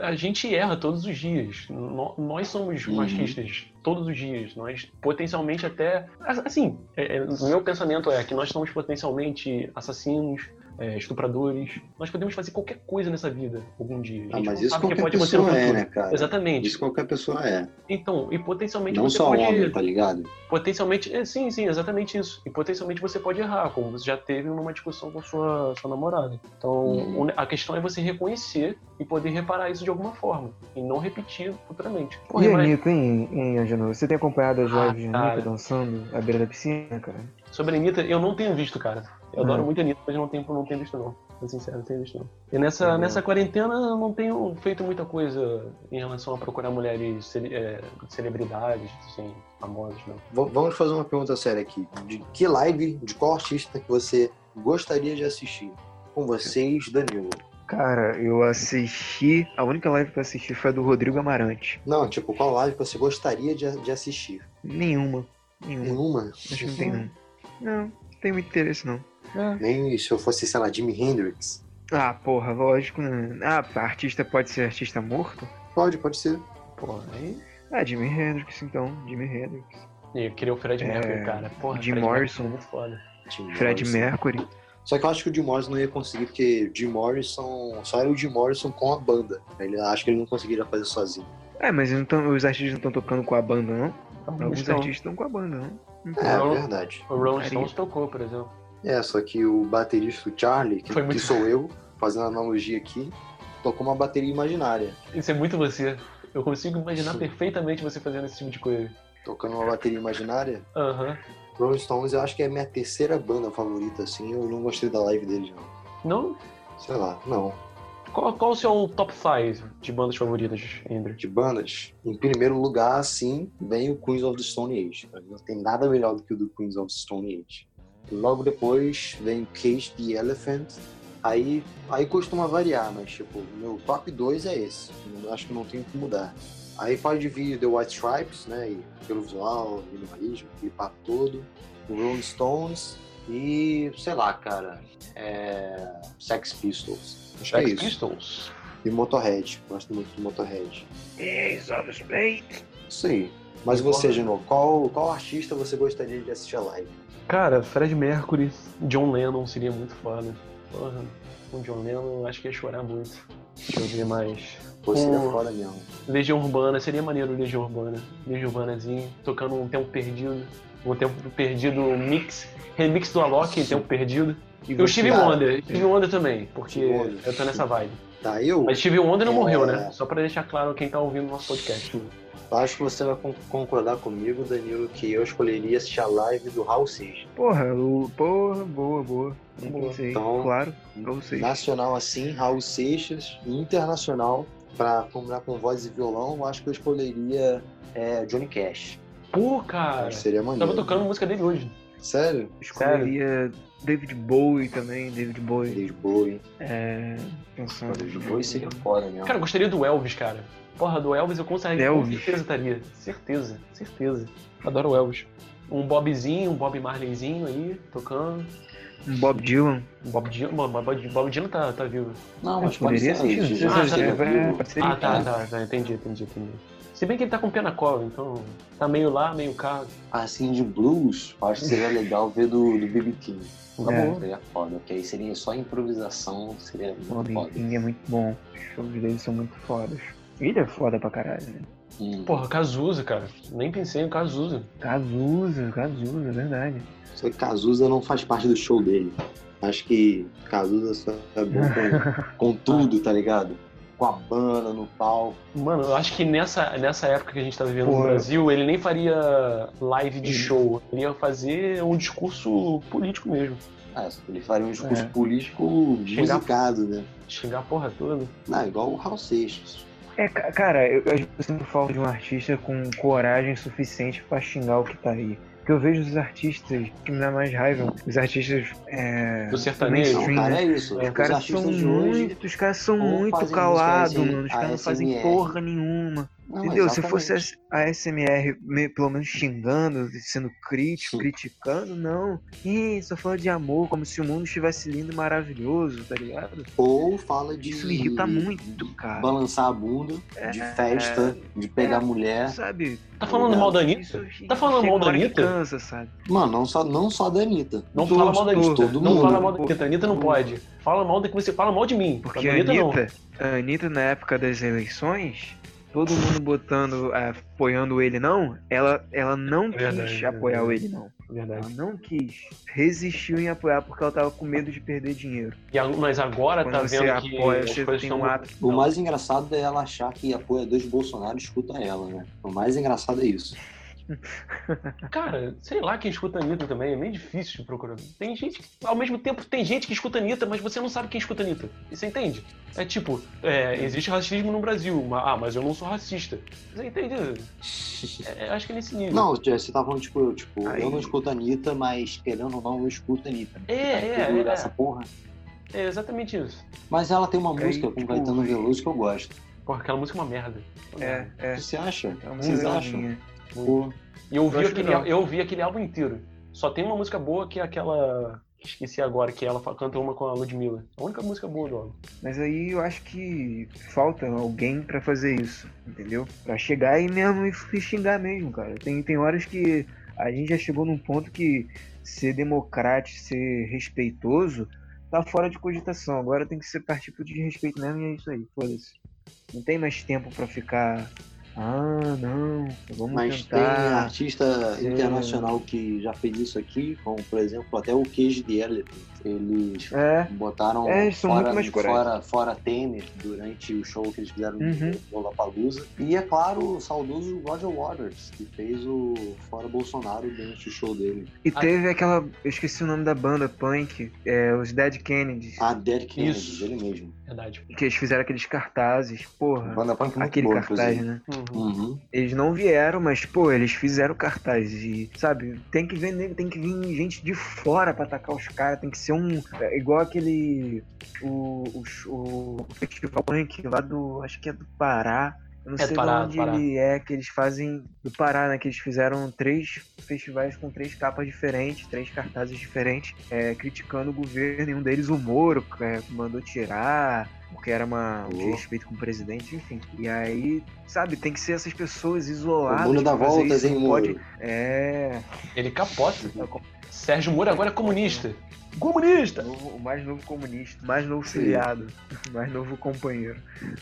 A gente erra todos os dias. No- Nós somos
Uhum.
machistas todos os dias. Nós potencialmente até. Assim, é, é, o meu pensamento é que nós somos potencialmente assassinos. é, estupradores, nós podemos fazer qualquer coisa nessa vida algum dia. A
Ah,
gente
mas
não
isso
sabe o que
qualquer
pode acontecer no
pessoa é,
futuro.
né, cara?
Exatamente.
Isso qualquer pessoa é.
Então, e potencialmente
Não
você
só
pode
homem, tá ligado?
potencialmente, é, sim, sim, exatamente isso. E potencialmente você pode errar, como você já teve numa discussão com a sua, sua namorada. Então,
Uhum.
o ne- a questão é você reconhecer e poder reparar isso de alguma forma e não repetir futuramente.
e a
mas
Anitta, hein, hein Angelo? Você tem acompanhado as
Ah,
lives de Anitta
cara.
dançando à beira da piscina, cara?
sobre a Anitta, eu não tenho visto, cara. Eu
Uhum.
adoro muito a Anitta, mas não tenho, não tenho visto, não. Pra ser sincero, não tenho visto, não. E nessa,
Entendeu.
nessa quarentena eu não tenho feito muita coisa em relação a procurar mulheres cele- é, celebridades, assim, famosas, não.
V- vamos fazer uma pergunta séria aqui. De que live, de qual artista que você gostaria de assistir? Com vocês, Danilo.
Cara, eu assisti. A única live que eu assisti foi a do Rodrigo Amarante.
Não, tipo, qual live você gostaria de, de assistir?
Nenhuma.
Hum.
Nenhuma.
Nenhuma?
Acho que não
né?
tem, não. Não, não tem muito interesse, não.
Nem se eu fosse, sei lá, Jimi Hendrix.
Ah, porra, lógico, né? Ah, artista pode ser artista morto?
Pode, pode ser.
Porra, aí.
Ah, Jimi Hendrix, então. Jimi Hendrix.
E eu queria o Fred
É,
Mercury, cara. Porra,
Jim
Fred
Morrison.
Mercury é muito foda.
Jim
Fred
Morrison.
Mercury.
Só que eu acho que o Jim Morrison não ia conseguir, porque o Jim Morrison só era o Jim Morrison com a banda. Ele acho que ele não conseguiria fazer sozinho.
É, mas não tão- os artistas não estão tocando com a banda, não? Alguns
Então,
artistas estão com a banda, não?
É,
Então,
Não.
verdade.
O Rolling
Carinho.
Stones tocou, por exemplo.
É, só que o baterista, o Charlie, que,
Foi muito-
que sou eu, fazendo analogia aqui, tocou uma bateria imaginária.
Isso é muito você. Eu consigo imaginar
Sim.
perfeitamente você fazendo esse tipo de coisa.
Tocando uma bateria imaginária.
Aham.
Rolling Stones eu acho que é a minha terceira banda favorita, assim. Eu não gostei da live deles, não.
Não?
Sei lá, não.
Qual, qual o seu top 5 de bandas favoritas, Andrew?
De bandas, em primeiro lugar, assim, vem o Queens of the Stone Age. Pra mim, Não tem nada melhor do que o do Queens of the Stone Age. Logo depois vem Cage the Elephant. Aí, aí costuma variar, mas tipo, o meu top 2 é esse. Não- Acho que não tem o que mudar. Aí pode vir The White Stripes, né? E pelo visual, minimalismo, e papo todo. O Rolling Stones e, sei lá, cara, é... Sex Pistols. Acho que é
Sex
isso.
Pistols.
E Motorhead. Gosto muito do Motorhead.
Days of Spades.
Isso aí. Mas
Concordo.
você, Gino, qual, qual artista você gostaria de assistir a live?
Cara, Fred Mercury, John Lennon seria muito foda. Porra, com John Lennon eu acho que ia chorar muito. Deixa eu ver mais.
Pô, seria
Hum.
foda mesmo.
Legião Urbana, seria maneiro Legião Urbana. Legião Urbanazinho, tocando um tempo perdido. Um tempo perdido mix. Remix do Alok,
Sim.
tempo perdido.
E
E o Steve
cara.
Wonder, Steve Wonder também, porque
Stevie Wonder.
eu tô nessa vibe.
Tá, eu
Mas Steve Wonder não
É.
morreu, né? Só pra deixar claro quem tá ouvindo nosso podcast.
acho que você vai con- concordar comigo, Danilo, que eu escolheria assistir a live do Raul Seixas.
Porra, o- porra, boa, boa.
Boa.
Não sei,
Então-
claro, pra vocês.
Nacional assim, Raul Seixas, e internacional, pra combinar com voz e violão, eu acho que eu escolheria é, Johnny Cash.
Pô,
Acho
cara,
que seria
eu
maneiro.
tava tocando música dele hoje.
Sério?
Escolheria David Bowie também, David Bowie.
David Bowie.
É, pensando.
David Bowie seria foda mesmo.
Cara, eu gostaria do Elvis, cara. Porra, do Elvis eu com certeza, com
Elvis.
certeza estaria. Certeza, certeza. Adoro o Elvis. Um Bobzinho, um Bob Marleyzinho aí, tocando.
Bob Dylan.
Um Bob Dylan, mano, Bob, Bob Dylan tá, tá vivo.
não,
Eu
mas pode
poderia
ser
assistir, não sei
antes,
Ah,
né?
se
tá.
ele
Seria
vai
vivo.
aparecer
Ah,
em
tá,
casa.
tá, tá, entendi, entendi, entendi. Se bem que ele tá com pena cola, então tá meio lá, meio cá.
Assim, de blues, eu acho que seria legal ver do do B.B. King.
Tá bom.
Seria foda, porque aí seria só improvisação, seria muito
Bob
foda.
King é muito bom. Os shows dele são muito fodas. Ele é foda pra caralho, né?
Hum.
Porra, Cazuza, cara. Nem pensei em Cazuza.
Cazuza, Cazuza, é verdade.
Só que Cazuza não faz parte do show dele. Acho que Cazuza só é bom com, com tudo, tá ligado? Com a banda no palco.
Mano, eu acho que nessa, nessa época que a gente tá vivendo no
Porra.
Brasil, ele nem faria live de
Ele-
show. Ele ia fazer um discurso político mesmo.
Ah, ele faria um discurso
É.
político
Chegar-
musicado, né?
Xingar a porra toda.
Não, é igual o Raul Seixas.
É, ca- cara, eu, eu sinto falta de um artista com coragem suficiente pra xingar o que tá aí. Porque eu vejo os artistas que me dá mais raiva, os artistas é,
Do sertanejo.
Não,
mainstream,
cara,
né?
é isso.
Os
Os
caras são
artistas de hoje.
muito, os caras são
ou
muito
fazem
calados,
músicas
mano. Os caras não fazem
ASMR.
porra nenhuma.
Não,
Entendeu? Se
exatamente.
fosse a SMR, pelo menos xingando, sendo crítico,
Sim.
criticando, não. Ih, só falando de amor, como se o mundo estivesse lindo e maravilhoso, tá ligado?
Ou fala de.
Isso irrita muito, cara.
Balançar a bunda,
É,
de festa, de pegar mulher.
Sabe?
Tá falando
Não,
mal da
Isso
Anitta?
chega-
Tá falando mal da
chega uma hora que
Anitta?
Cansa, sabe?
Mano, não só, não só da Anitta.
Não
De
fala
todos,
mal da Anitta.
Todo
Não
mundo.
fala mal da Anitta.
Todo
Anitta não
mundo.
pode. Fala mal da que você fala mal de mim.
Porque
da
a
Anitta,
Anitta, a Anitta, na época das eleições, todo mundo botando, ah, apoiando ele não, ela, ela não quis
É Verdade,
apoiar
verdade.
o ele não.
não. Verdade.
Ela não quis. Resistiu em apoiar porque ela tava com medo de perder dinheiro.
E a- mas agora
Quando
tá
você
vendo
apoia,
que
você
as coisas
tem
estão
um ato.
O mais engraçado é ela achar que apoiadores de Bolsonaro escuta ela, né? O mais engraçado é isso.
Cara, sei lá quem escuta Anitta também, é meio difícil de procurar. Tem gente que, ao mesmo tempo, tem gente que escuta Anitta, mas você não sabe quem escuta Anitta. E você entende? É tipo, é, existe racismo no Brasil, ma- ah, mas eu não sou racista. Você entende? É, acho que é nesse nível.
Não, tia, você tá falando, tipo, eu, tipo,
Aí.
eu não escuto a Anitta, mas querendo ou não, eu escuto a Anitta.
É,
Tá em
é,
todo
é,
lugar
é.
essa porra.
É exatamente isso.
Mas ela tem uma
Aí,
música com
tipo,
Caetano Veloso que eu gosto.
Porra, aquela música é uma merda. Uma
É,
merda.
é.
Você acha?
É uma tipo,
Vocês acham?
legalzinha.
Pô,
E eu ouvi,
acho que
aquele,
não.
eu ouvi aquele álbum inteiro. Só tem uma música boa que é aquela. Esqueci agora, que ela fa- canta uma com a Ludmilla. A única música boa do álbum.
Mas aí eu acho que falta alguém pra fazer isso, entendeu? Pra chegar aí mesmo e f- xingar mesmo, cara. Tem, tem horas que a gente já chegou num ponto que ser democrático, ser respeitoso, tá fora de cogitação. Agora tem que ser partir pro desrespeito mesmo e é isso aí, foda-se. Não tem mais tempo pra ficar. Ah, não, vamos
Mas tem
tentar.
artista
Sim.
internacional que já fez isso aqui, como por exemplo até o Cage the Elephant. Eles
É,
botaram
É, eles são
fora,
muito mais corais.
fora, fora Temer durante o show que eles fizeram
Uhum.
no Lollapalooza. E é claro, o saudoso Roger Waters, que fez o Fora Bolsonaro durante o show dele.
e teve aquela. Eu esqueci o nome da banda punk, é, os Dead Kennedys.
Ah, Derek
Isso.
Kennedy, ele mesmo.
Verdade.
Que eles fizeram aqueles cartazes, porra.
Banda punk é muito
Aquele
boa,
cartaz,
inclusive.
né?
Uhum.
Uhum.
Eles não vieram, mas, pô, eles fizeram cartaz. E, sabe, tem que vender, tem que vir gente de fora pra atacar os caras. Tem que ser um. é igual aquele. O, o, sh- o Festival Punk lá do. Acho que é do Pará. Eu não
É do
sei de
Pará,
onde
do Pará.
ele é, que eles fazem. Do Pará, né? Que eles fizeram três festivais com três capas diferentes, três cartazes diferentes, é, criticando o governo. E um deles, o Moro, é, mandou tirar. porque era uma, um
Alô?
respeito com o presidente, enfim. E aí, sabe, tem que ser essas pessoas
O
isoladas.
muro dá
pra fazer
voltas,
isso,
hein,
não pode.
muro?
É.
Ele capota. Sérgio Moro agora é comunista.
o
Comunista!
novo- é o mais novo comunista, o mais novo
Sim.
filiado, o mais novo companheiro.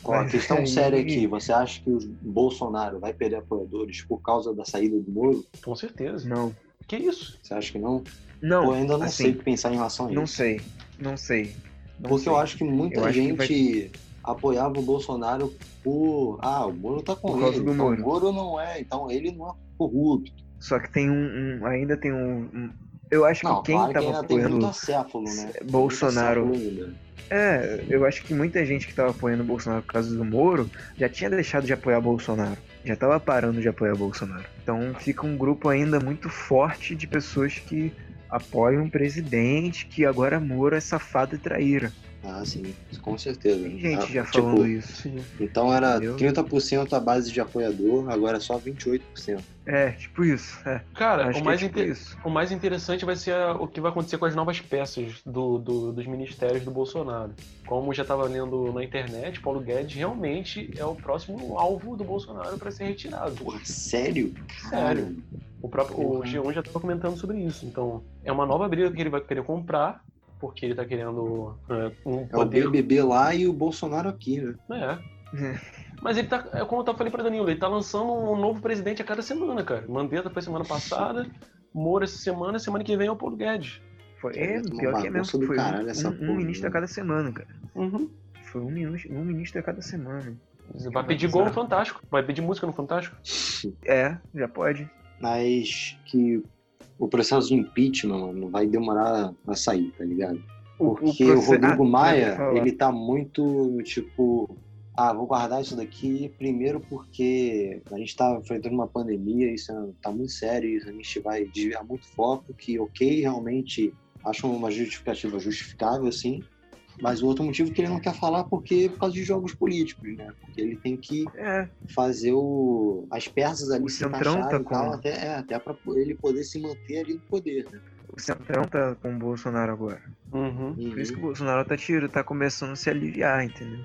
Ó, a
Mas
questão
aí-
séria aqui, você acha que o Bolsonaro vai perder apoiadores por causa da saída do Moro?
Com certeza.
Não.
Que isso?
Você acha que não?
Não,
Eu ainda não
assim,
sei o que pensar em relação a isso.
não sei. Não sei. Não
Porque
sei.
eu acho que muita
Eu acho que
gente apoiava o Bolsonaro por. Ah, o Moro tá com
Por
ele.
causa do
então
Moro.
O Moro não é, então ele não é corrupto.
Só que tem um. um- ainda tem um. um- eu acho
Não,
que quem
claro que
tava
ainda tem
apoiando.
muito acéfalo, né? Tem muito
Bolsonaro.
acéfalo ainda.
É, eu acho que muita gente que tava apoiando o Bolsonaro por causa do Moro já tinha deixado de apoiar Bolsonaro. Já tava parando de apoiar Bolsonaro. Então fica um grupo ainda muito forte de pessoas que apoiam o presidente, que agora Moro é safado e traíra.
Ah, sim, com certeza.
Tem gente
Ah,
já
tipo,
falando isso.
Sim.
Então era
Entendeu?
30% a base de apoiador, agora é só 28%.
É, tipo isso. É,
Cara,
acho
o
que
mais,
é tipo
inte-
isso.
o mais interessante vai ser a- o que vai acontecer com as novas peças do- do- dos ministérios do Bolsonaro. Como eu já estava lendo na internet, Paulo Guedes realmente é o próximo alvo do Bolsonaro para ser retirado.
Porra, sério?
Sério. O próprio o
Uhum.
G1 já estava comentando sobre isso. Então, é uma nova briga que ele vai querer comprar, porque ele está querendo é, um
É o
poder.
BBB lá e o Bolsonaro aqui, né?
É. Mas ele tá, é como eu falei pra Danilo, ele tá lançando um novo presidente a cada semana, cara. Mandetta foi semana passada, Moro essa semana, semana que vem é o Paulo Guedes.
Foi,
É
é,
uma
pior que é
bagunça do
mesmo. Foi
caralho essa
um, um
porra,
ministro
né?
a cada semana, cara.
Uhum.
Foi um, minu- um ministro a cada semana.
Vai pedir gol no Fantástico, vai pedir música no Fantástico.
É, já pode.
Mas que o processo de impeachment, mano, vai demorar a sair, tá ligado? Porque o,
proce-
Rodrigo
Ah,
Maia,
eu ia falar.
ele tá muito, tipo, ah, vou guardar isso daqui primeiro porque a gente tá enfrentando uma pandemia, isso é- tá muito sério, isso a gente vai desviar muito foco, que ok, realmente acho uma justificativa justificável, sim, mas o outro motivo é que ele não quer falar porque por causa de jogos políticos, né? Porque ele tem que
É,
fazer o, as peças ali
O
se
Centrão
encaixarem
tá
e tal,
com-
até, é, até para ele poder se manter ali no poder, né?
o Centrão tá com o Bolsonaro agora.
Uhum.
Por isso que o
Uhum.
Bolsonaro tá, tiro, tá começando a se aliviar, entendeu?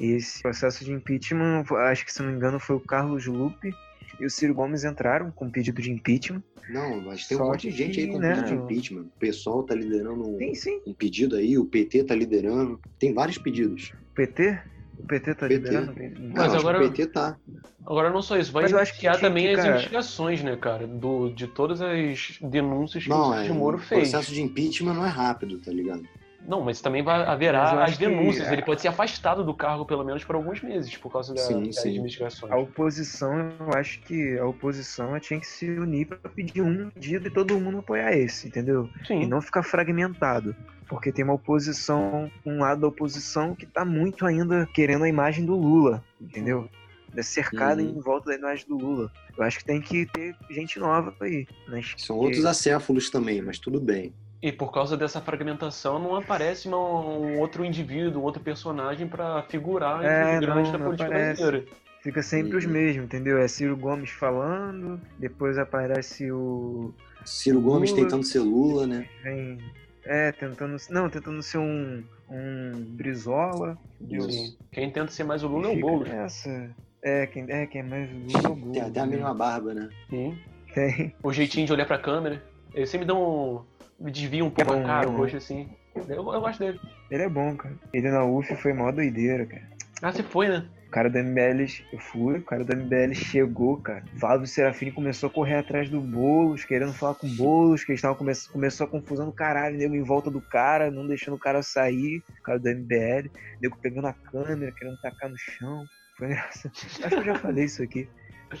E Esse processo de impeachment, acho que se não me engano, foi o Carlos Lupe e o Ciro Gomes entraram com pedido de impeachment.
Não, mas tem um
Só
monte de gente aí com
que, né,
pedido de
mano?
impeachment. O pessoal tá liderando um,
Tem sim.
um pedido aí, o PT tá liderando. Tem vários pedidos.
O PT? O PT tá
PT.
liderando?
Não,
Mas
acho
agora-
que o PT tá.
Agora não só isso, vai
Mas eu acho que
iniciar
tinha
também
que,
as
cara-
investigações, né, cara, do, de todas as denúncias que
Não,
o
é,
Sérgio Moro
o
fez.
processo de impeachment não é rápido, tá ligado?
Não, mas também vai
Mas eu
haverá
acho
as denúncias.
que-
Ele pode ser afastado do cargo pelo menos por alguns meses por causa da-
Sim,
das
sim.
investigações.
A oposição, eu acho que a oposição ela tinha que se unir pra pedir um pedido e todo mundo apoiar esse, entendeu?
Sim.
Uhum.
E não ficar fragmentado. Porque tem uma oposição, um lado da oposição que tá muito ainda querendo a imagem do Lula, entendeu? É cercada
Uhum.
em volta da imagem do Lula. Eu acho que tem que ter gente nova aí. Né?
São outros acéfalos também, mas tudo bem.
E por causa dessa fragmentação não aparece uma- um outro indivíduo, um outro personagem pra figurar
É,
entre os grandes
não,
da
não
política
aparece.
brasileira.
Fica sempre os
Uhum.
mesmos, entendeu? É Ciro Gomes falando, depois aparece o.
Ciro Gomes
Lula-
tentando ser Lula, né?
Vem. É, tentando. Não, tentando ser um. Um Brizola.
Isso.
Quem tenta ser mais o Lula é o
Fica
Boulos.
nessa. É, quem é, quem é mais o Lula é o Boulos.
um Tem até a
né?
mesma barba, né?
Sim.
Tem.
O jeitinho de olhar pra câmera. Ele sempre dá um. Me desvia um pouco
É bom,
a cara,
é
eu
bom.
gosto assim. Eu, eu gosto dele.
Ele é bom, cara. Ele na UF foi mó doideira, cara.
Ah, você foi, né?
O cara do MBL, eu fui, o cara do MBL chegou, cara. Flávio Serafini começou a correr atrás do Boulos, querendo falar com o Boulos, que eles estavam come... começou a confusão do caralho, nego em volta do cara, não deixando o cara sair, o cara do MBL, nego pegando a câmera, querendo tacar no chão. Foi engraçado. Acho que eu já falei isso aqui.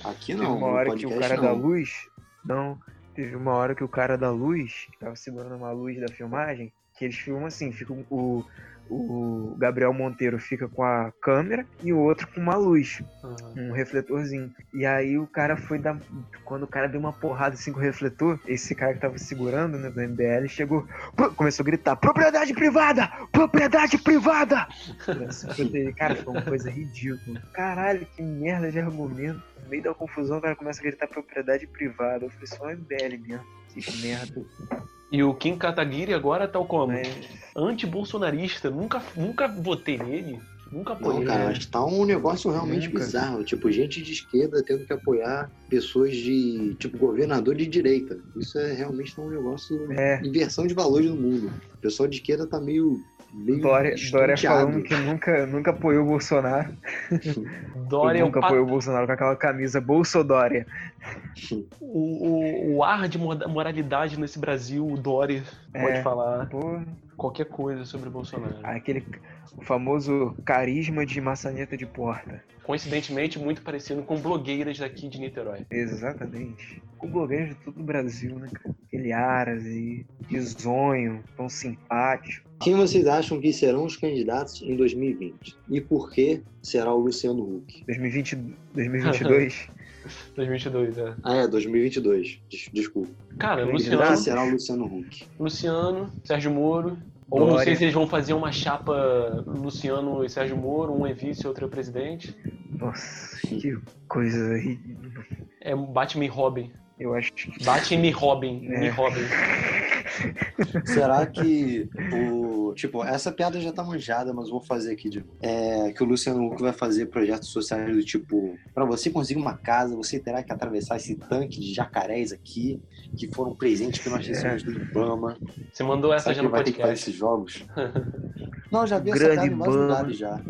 Aqui
Teve
não,
uma
no
hora que o
podcast
cara
não.
da luz. Não, teve uma hora que o cara da luz, que tava segurando uma luz da filmagem, que eles filmam assim, fica um- o, o Gabriel Monteiro fica com a câmera e o outro com uma luz,
Ah,
um refletorzinho. E aí o cara foi dar. Quando o cara deu uma porrada assim com o refletor, esse cara que tava segurando, né, do MBL, chegou. "Pro-" Começou a gritar: propriedade privada! Propriedade privada! Cara, foi uma coisa ridícula. Caralho, que merda de argumento. No meio da confusão, o cara começa a gritar propriedade privada. Eu falei, é um só MBL mesmo. Que merda.
E o
É.
Kim Kataguiri agora tá como?
Mas,
Anti-bolsonarista. Nunca, nunca votei nele. Nunca apoiei.
Não,
é.
cara, acho que tá um negócio realmente
Nunca.
bizarro. Tipo, gente de esquerda tendo que apoiar pessoas de, tipo, governador de direita. Isso é realmente tá um negócio.
É,
Inversão de valores no mundo. O pessoal de esquerda tá meio. meio
Dória,
Hum,
Dória
estonteado.
falando que nunca, nunca apoiou o Bolsonaro.
Dória é o
nunca
pat-
apoiou o Bolsonaro com aquela camisa Bolsodória.
o, o, o ar de moda- moralidade nesse Brasil, o Dória pode
É.
falar
Pô,
qualquer coisa sobre o Bolsonaro.
aquele o famoso carisma de maçaneta de porta.
Coincidentemente, muito parecido com blogueiras daqui de Niterói.
Exatamente. O blogueiro de todo o Brasil, né, cara? Aquele aras aí, risonho, tão simpático.
Quem vocês acham que serão os candidatos em 2020? E por que será o Luciano Huck?
2020, 2022.
2022, é.
Ah, é, 2022. Des- desculpa.
Cara,
Ele
Luciano,
Será, será o Luciano Huck?
Luciano, Sérgio Moro. Ou não
Dória.
sei se eles vão fazer uma chapa Luciano e Sérgio Moro, um é vice, outro é presidente.
Nossa, que coisa aí.
É Batman e Robin.
Eu acho que.
Batman e Robin.
É.
E Robin.
Será que o. Tipo, essa piada já tá manjada, mas vou fazer aqui de novo. É que o Luciano Huck vai fazer projetos sociais do tipo: pra você conseguir uma casa, você terá que atravessar esse tanque de jacarés aqui, que foram presentes que nós recebemos do Ibama.
Você mandou essa
Será que
já
ele
no
vai ter que fazer
podcast.
esses jogos? Não, eu já vi essa
Grande
piada em vários
Ibama.
lugares já.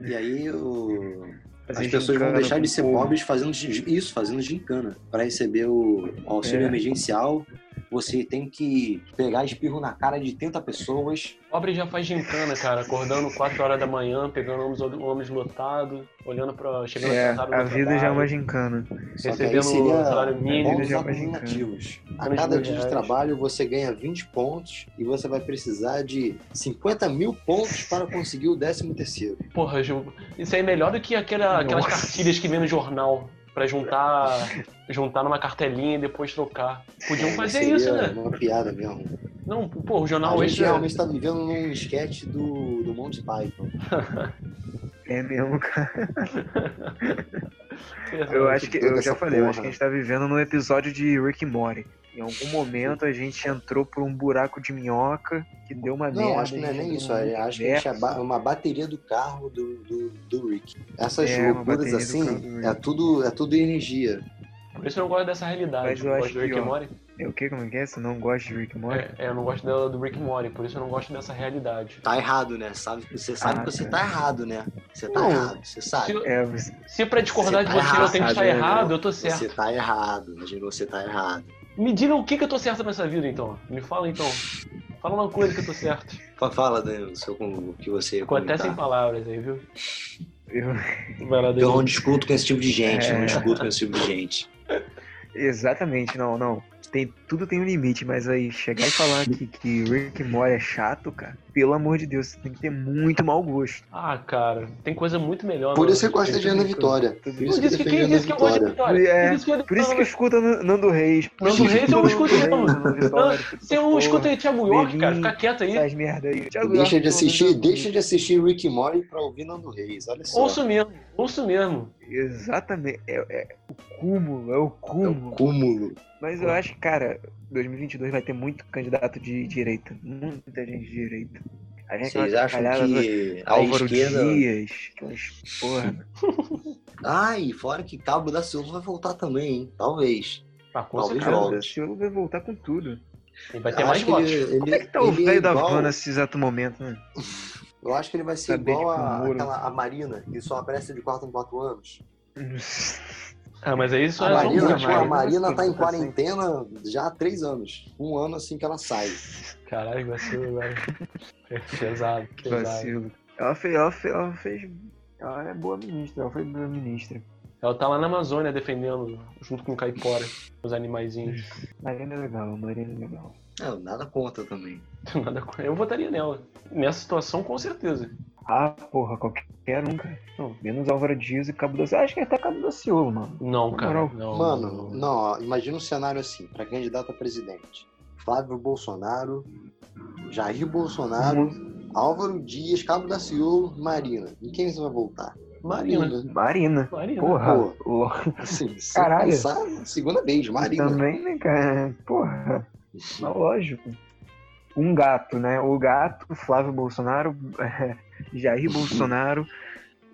E aí o. As
fazer
pessoas vão
gincana
deixar
um com
de
o
ser
povo.
pobres fazendo gi- isso, fazendo gincana. Para receber o auxílio
É.
emergencial, você tem que pegar espirro na cara de 30 pessoas.
Pobre já faz gincana, cara, acordando 4 horas da manhã, pegando ônibus, ônibus lotado, olhando pra. chegando
É,
atrasado no
a vida já é uma
trabalho.
gincana.
Só que aí
Recebendo
seria
salário mínimo.
bons
já é uma
acumulativos. A
Três
cada
mil
dia de
reais.
trabalho você ganha 20 pontos e você vai precisar de 50 mil pontos para conseguir o 13 terceiro.
Porra, Ju, isso aí é melhor do que aquela- aquelas
Nossa.
cartilhas que vem no jornal pra juntar juntar numa cartelinha e depois trocar. Podiam fazer
É, Seria
isso, né?
Uma piada mesmo.
Não, é- pô, o
Não,
jornal um
a gente
extra.
realmente está vivendo num esquete do, do Monty Python.
É mesmo, cara. Eu
Perdão.
acho que
toda
eu já
essa
falei, eu acho
porra.
que a gente tá vivendo num episódio de Rick and Morty. Em algum momento a gente entrou por um buraco de minhoca que deu uma merda.
Não, acho que não é nem isso. é- Acho que a gente é ba- uma bateria do carro do, do, do Rick. Essas
É, uma
loucuras
bateria do carro do
assim,
Rick.
é tudo, é tudo energia.
Por isso eu não gosto dessa realidade.
Mas eu
não
acho
gosto do Rick
que,
and
ó,
Morty.
É o que? Como é que é? Você não gosta de Rick and Morty?
É, é, eu não gosto da- do Rick and Morty, por isso eu não gosto dessa realidade.
Tá errado, né? Sabe, você sabe
Ah,
que você
tá.
tá errado, né? Você tá
Não.
errado, você
Se,
sabe.
eu-
É, você-
se pra discordar
Você
de
tá
você eu tenho que estar
errado,
errado, eu tô certo.
Você tá errado, imagina você tá errado.
Me digam o que, que eu tô certo nessa vida, então. Me fala, então. Fala uma coisa que eu tô certo.
Fa- Fala, Danilo, seu, com- o que você ia
Ficou até sem
comentar.
palavras aí, viu? Então,
eu-
Vai lá,
Eu não
Danilo.
discuto com esse tipo de gente, eu não
É.
discuto com esse tipo de gente.
Exatamente, não, não. Tem, tudo tem um limite, mas aí chegar e falar que, que Rick and Morty é chato, cara, pelo amor de Deus, você tem que ter muito mau gosto.
Ah, cara, tem coisa muito melhor.
Por
não.
isso você gosta de Ana Vitória. Por
Quem
isso
disse
você
que,
defende
quem
Ana
disse que eu gosto de
Vitória.
vitória? Quem
É,
disse que eu
Por isso que
eu...
escuta N- Nando Reis.
Nando Reis é um eu não escuto,
Nando
não.
Reis, Nando Vitória, escuta
Você
essa
não
porra,
escuta Thiago York, cara.
Belinho.
Fica quieto aí.
essas merda aí. Thiago
Deixa
York,
de assistir,
Nando Reis.
deixa de assistir Rick e Morty pra ouvir Nando Reis, olha só.
Ouço mesmo, ouço mesmo.
Exatamente, é, é o cúmulo, é o
É
cúmulo.
o cúmulo.
Mas eu acho que, cara, 2022 vai ter muito candidato de direita. Muita gente de direita. Aí vem
Vocês
É aquela
acham
caralhada do
que a
Álvaro
esquerda.
Dias, aquelas porra.
Ah, e fora que Cabo da Silva vai voltar também, hein? Talvez.
Ah, com
Talvez
certeza.
volte.
Cara, esse jogo vai voltar com tudo.
E vai ter mais
Acho que
votos.
ele- ele-
Como é que tá o
ele é
velho da
igual-
van nesse exato momento, né?
Eu acho que ele vai ser
Saber
igual
de
a,
Pomoro.
aquela, a Marina, que só aparece de 4 em 4 anos.
Ah, mas aí só
A
é só um
Marina,
Marina,
tipo,
cara.
a
Marina,
Marina tá em
tá assim.
quarentena já há 3 anos. Um ano assim que ela sai.
Caralho, vacilo agora. É Pesado,
Que
pesado.
vacilo. Ela fez, ela fez, ela fez. Ela é boa ministra, ela foi boa ministra.
Ela tá lá na Amazônia defendendo, junto com o Caipora, os animaizinhos.
Marina é legal, Marina é legal.
Não, nada conta também.
Nada co- Eu votaria nela. Nessa situação, com certeza.
Ah, porra, qualquer um, cara.
Não.
Menos Álvaro Dias e Cabo da Ciolo. Acho que até Cabo da Ciolo, mano.
Não,
Na
cara.
moral.
Não,
Mano, não, ó, imagina um cenário assim, pra candidato a presidente. Flávio Bolsonaro, Jair Bolsonaro, Álvaro Dias, Cabo da Ciolo, Marina. E quem você vai voltar?
Marina.
Marina.
Marina.
Porra,
Pô.
o-
Assim, se
Caralho.
pensar, segunda vez, Marina.
Também, né, cara? Porra, não, lógico. Um gato, né? O gato, Flávio Bolsonaro, Jair Bolsonaro,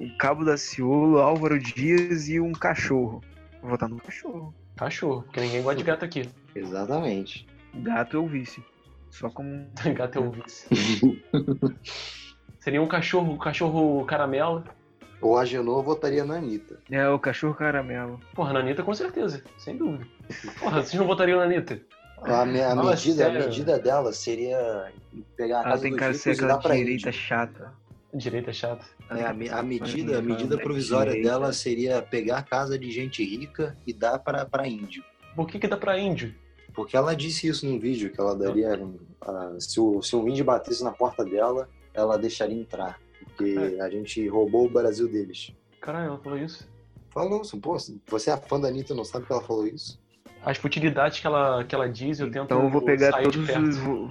o Cabo da Ciolo, Álvaro Dias e um cachorro. Vou votar no cachorro.
Cachorro, porque ninguém gosta de gato aqui.
Exatamente.
Gato é o vice. Só como.
Gato é o vice. Seria um cachorro, um cachorro caramelo.
O Agenor votaria na Anitta.
É, o cachorro caramelo.
Porra, na Anitta com certeza, sem dúvida. Porra, vocês não votariam na Anitta?
A, me- a
Fala
medida, a
sério.
medida dela seria pegar a
é Ela
casa
Ah, tem
dos
cara de ser
ricos e dar
aquela
pra
direita né?
índio.
chata.
Direita é chata.
É, a, me- a medida, a medida
Direita.
provisória dela seria pegar a casa de gente rica e dar pra, pra índio.
Por que que dá pra índio?
Porque ela disse isso num vídeo, que ela daria. ah, se, o, se um índio batesse na porta dela, ela deixaria entrar. Porque a gente roubou o Brasil deles.
Caralho, ela falou isso.
Falou, assim, pô, você é fã da Anitta e não sabe que ela falou isso?
As futilidades que ela, que ela diz, eu tento
Então eu vou pegar
sair de
todos
perto.
os. Vou,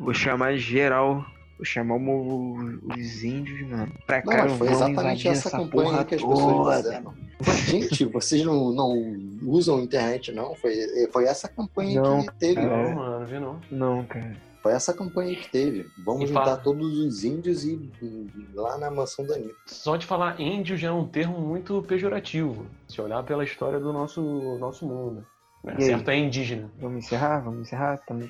vou chamar geral. Vou chamar o- os índios, mano. Pra
Não,
cá,
mas foi
vamos
exatamente
invadir
essa campanha
porra
que as
toda.
pessoas fizeram. Gente, vocês não, não usam internet, não? Foi, foi essa campanha
Não,
que teve.
cara.
Não,
É.
mano, vi não.
Não, cara.
Foi essa campanha que teve. Vamos
E
juntar
fala-
todos os índios e e lá na mansão da Anitta.
Só de falar índio já é um termo muito pejorativo. Se olhar pela história do nosso, nosso mundo. né?
E aí?
Certo é indígena.
Vamos encerrar? Vamos encerrar? Também.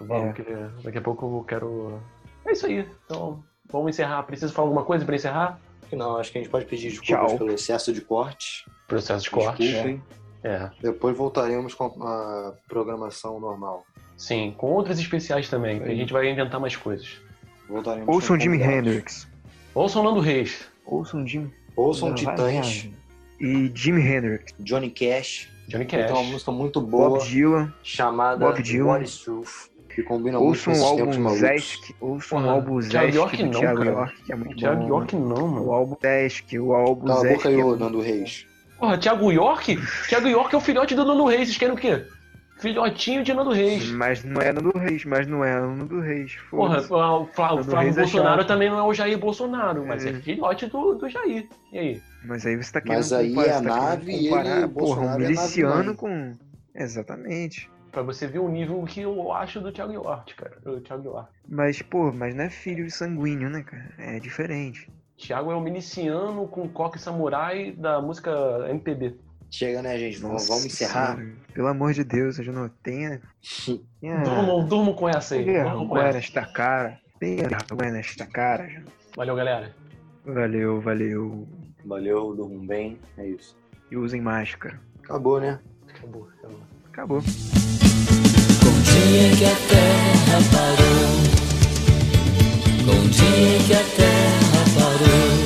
É.
Vamos, que daqui a pouco eu quero. É isso aí. Então, vamos encerrar. Preciso falar alguma coisa pra encerrar?
Que Não, acho que a gente pode pedir desculpas
Tchau.
pelo excesso de corte.
Processo de corte.
Desculpem.
É.
Depois voltaremos com a programação normal.
Sim, com outros especiais também. que A gente vai inventar mais coisas.
Voltaremos
Ouçam
com
Jimi
convidados.
Hendrix.
Ouçam Nando Reis,
Ouçam Jimi.
Ouçam
Não, vai,
Titãs,
E Jimi Hendrix.
Johnny Cash.
Johnny
Tem
Cash.
uma música muito boa
Bob Dylan.
chamada
Bob Dylan.
What is Truth, que combina
Ouçam o
muito com esses tempos
álbum
malucos.
Zesk. Ouçam o
Porra,
álbum
Thiago
Zesk
York
do
não,
Thiago
cara.
York, que é muito
Thiago
bom.
York não,
O
mano.
álbum Zesk. O álbum
Cala a
Zesk.
boca
é
aí, ô
muito
Nando Reis.
Porra, Thiago York? Thiago York é o filhote do Nando Reis. Vocês querem o quê? Filhotinho de Nando Reis.
Mas não é Nando Reis, mas não é Nando Reis.
Porra,
Porra,
o Flá- o Flávio,
Nando Reis é
Bolsonaro
chato.
também não é o Jair Bolsonaro, mas é
É.
filhote do, do Jair. E aí?
mas aí você tá querendo
Mas aí
comparar,
é
você tá
nave
querendo
e ele,
comparar, porra, um
Bolsonaro é nave
miliciano
mãe.
com... Exatamente.
Pra você ver o nível que eu acho do Thiago York, cara. Do Thiago York.
Mas, pô, mas não é filho sanguíneo, né, cara? É diferente.
Thiago é o miliciano com coque samurai da música MPB.
Chega, né, gente? Vamos,
Nossa
vamos encerrar.
senhora. Pelo amor de Deus, eu não tenha... tenha...
Durmam, durmam com essa aí.
tenha
Durmam com
vergonha
essa.
nesta cara. Tenha vergonha nesta cara. Jô.
Valeu, galera.
Valeu, valeu.
Valeu, durmam bem. É isso.
E usem máscara.
Acabou, né?
Acabou, acabou.
Acabou.
Bom dia que a terra parou. Bom dia que a terra parou.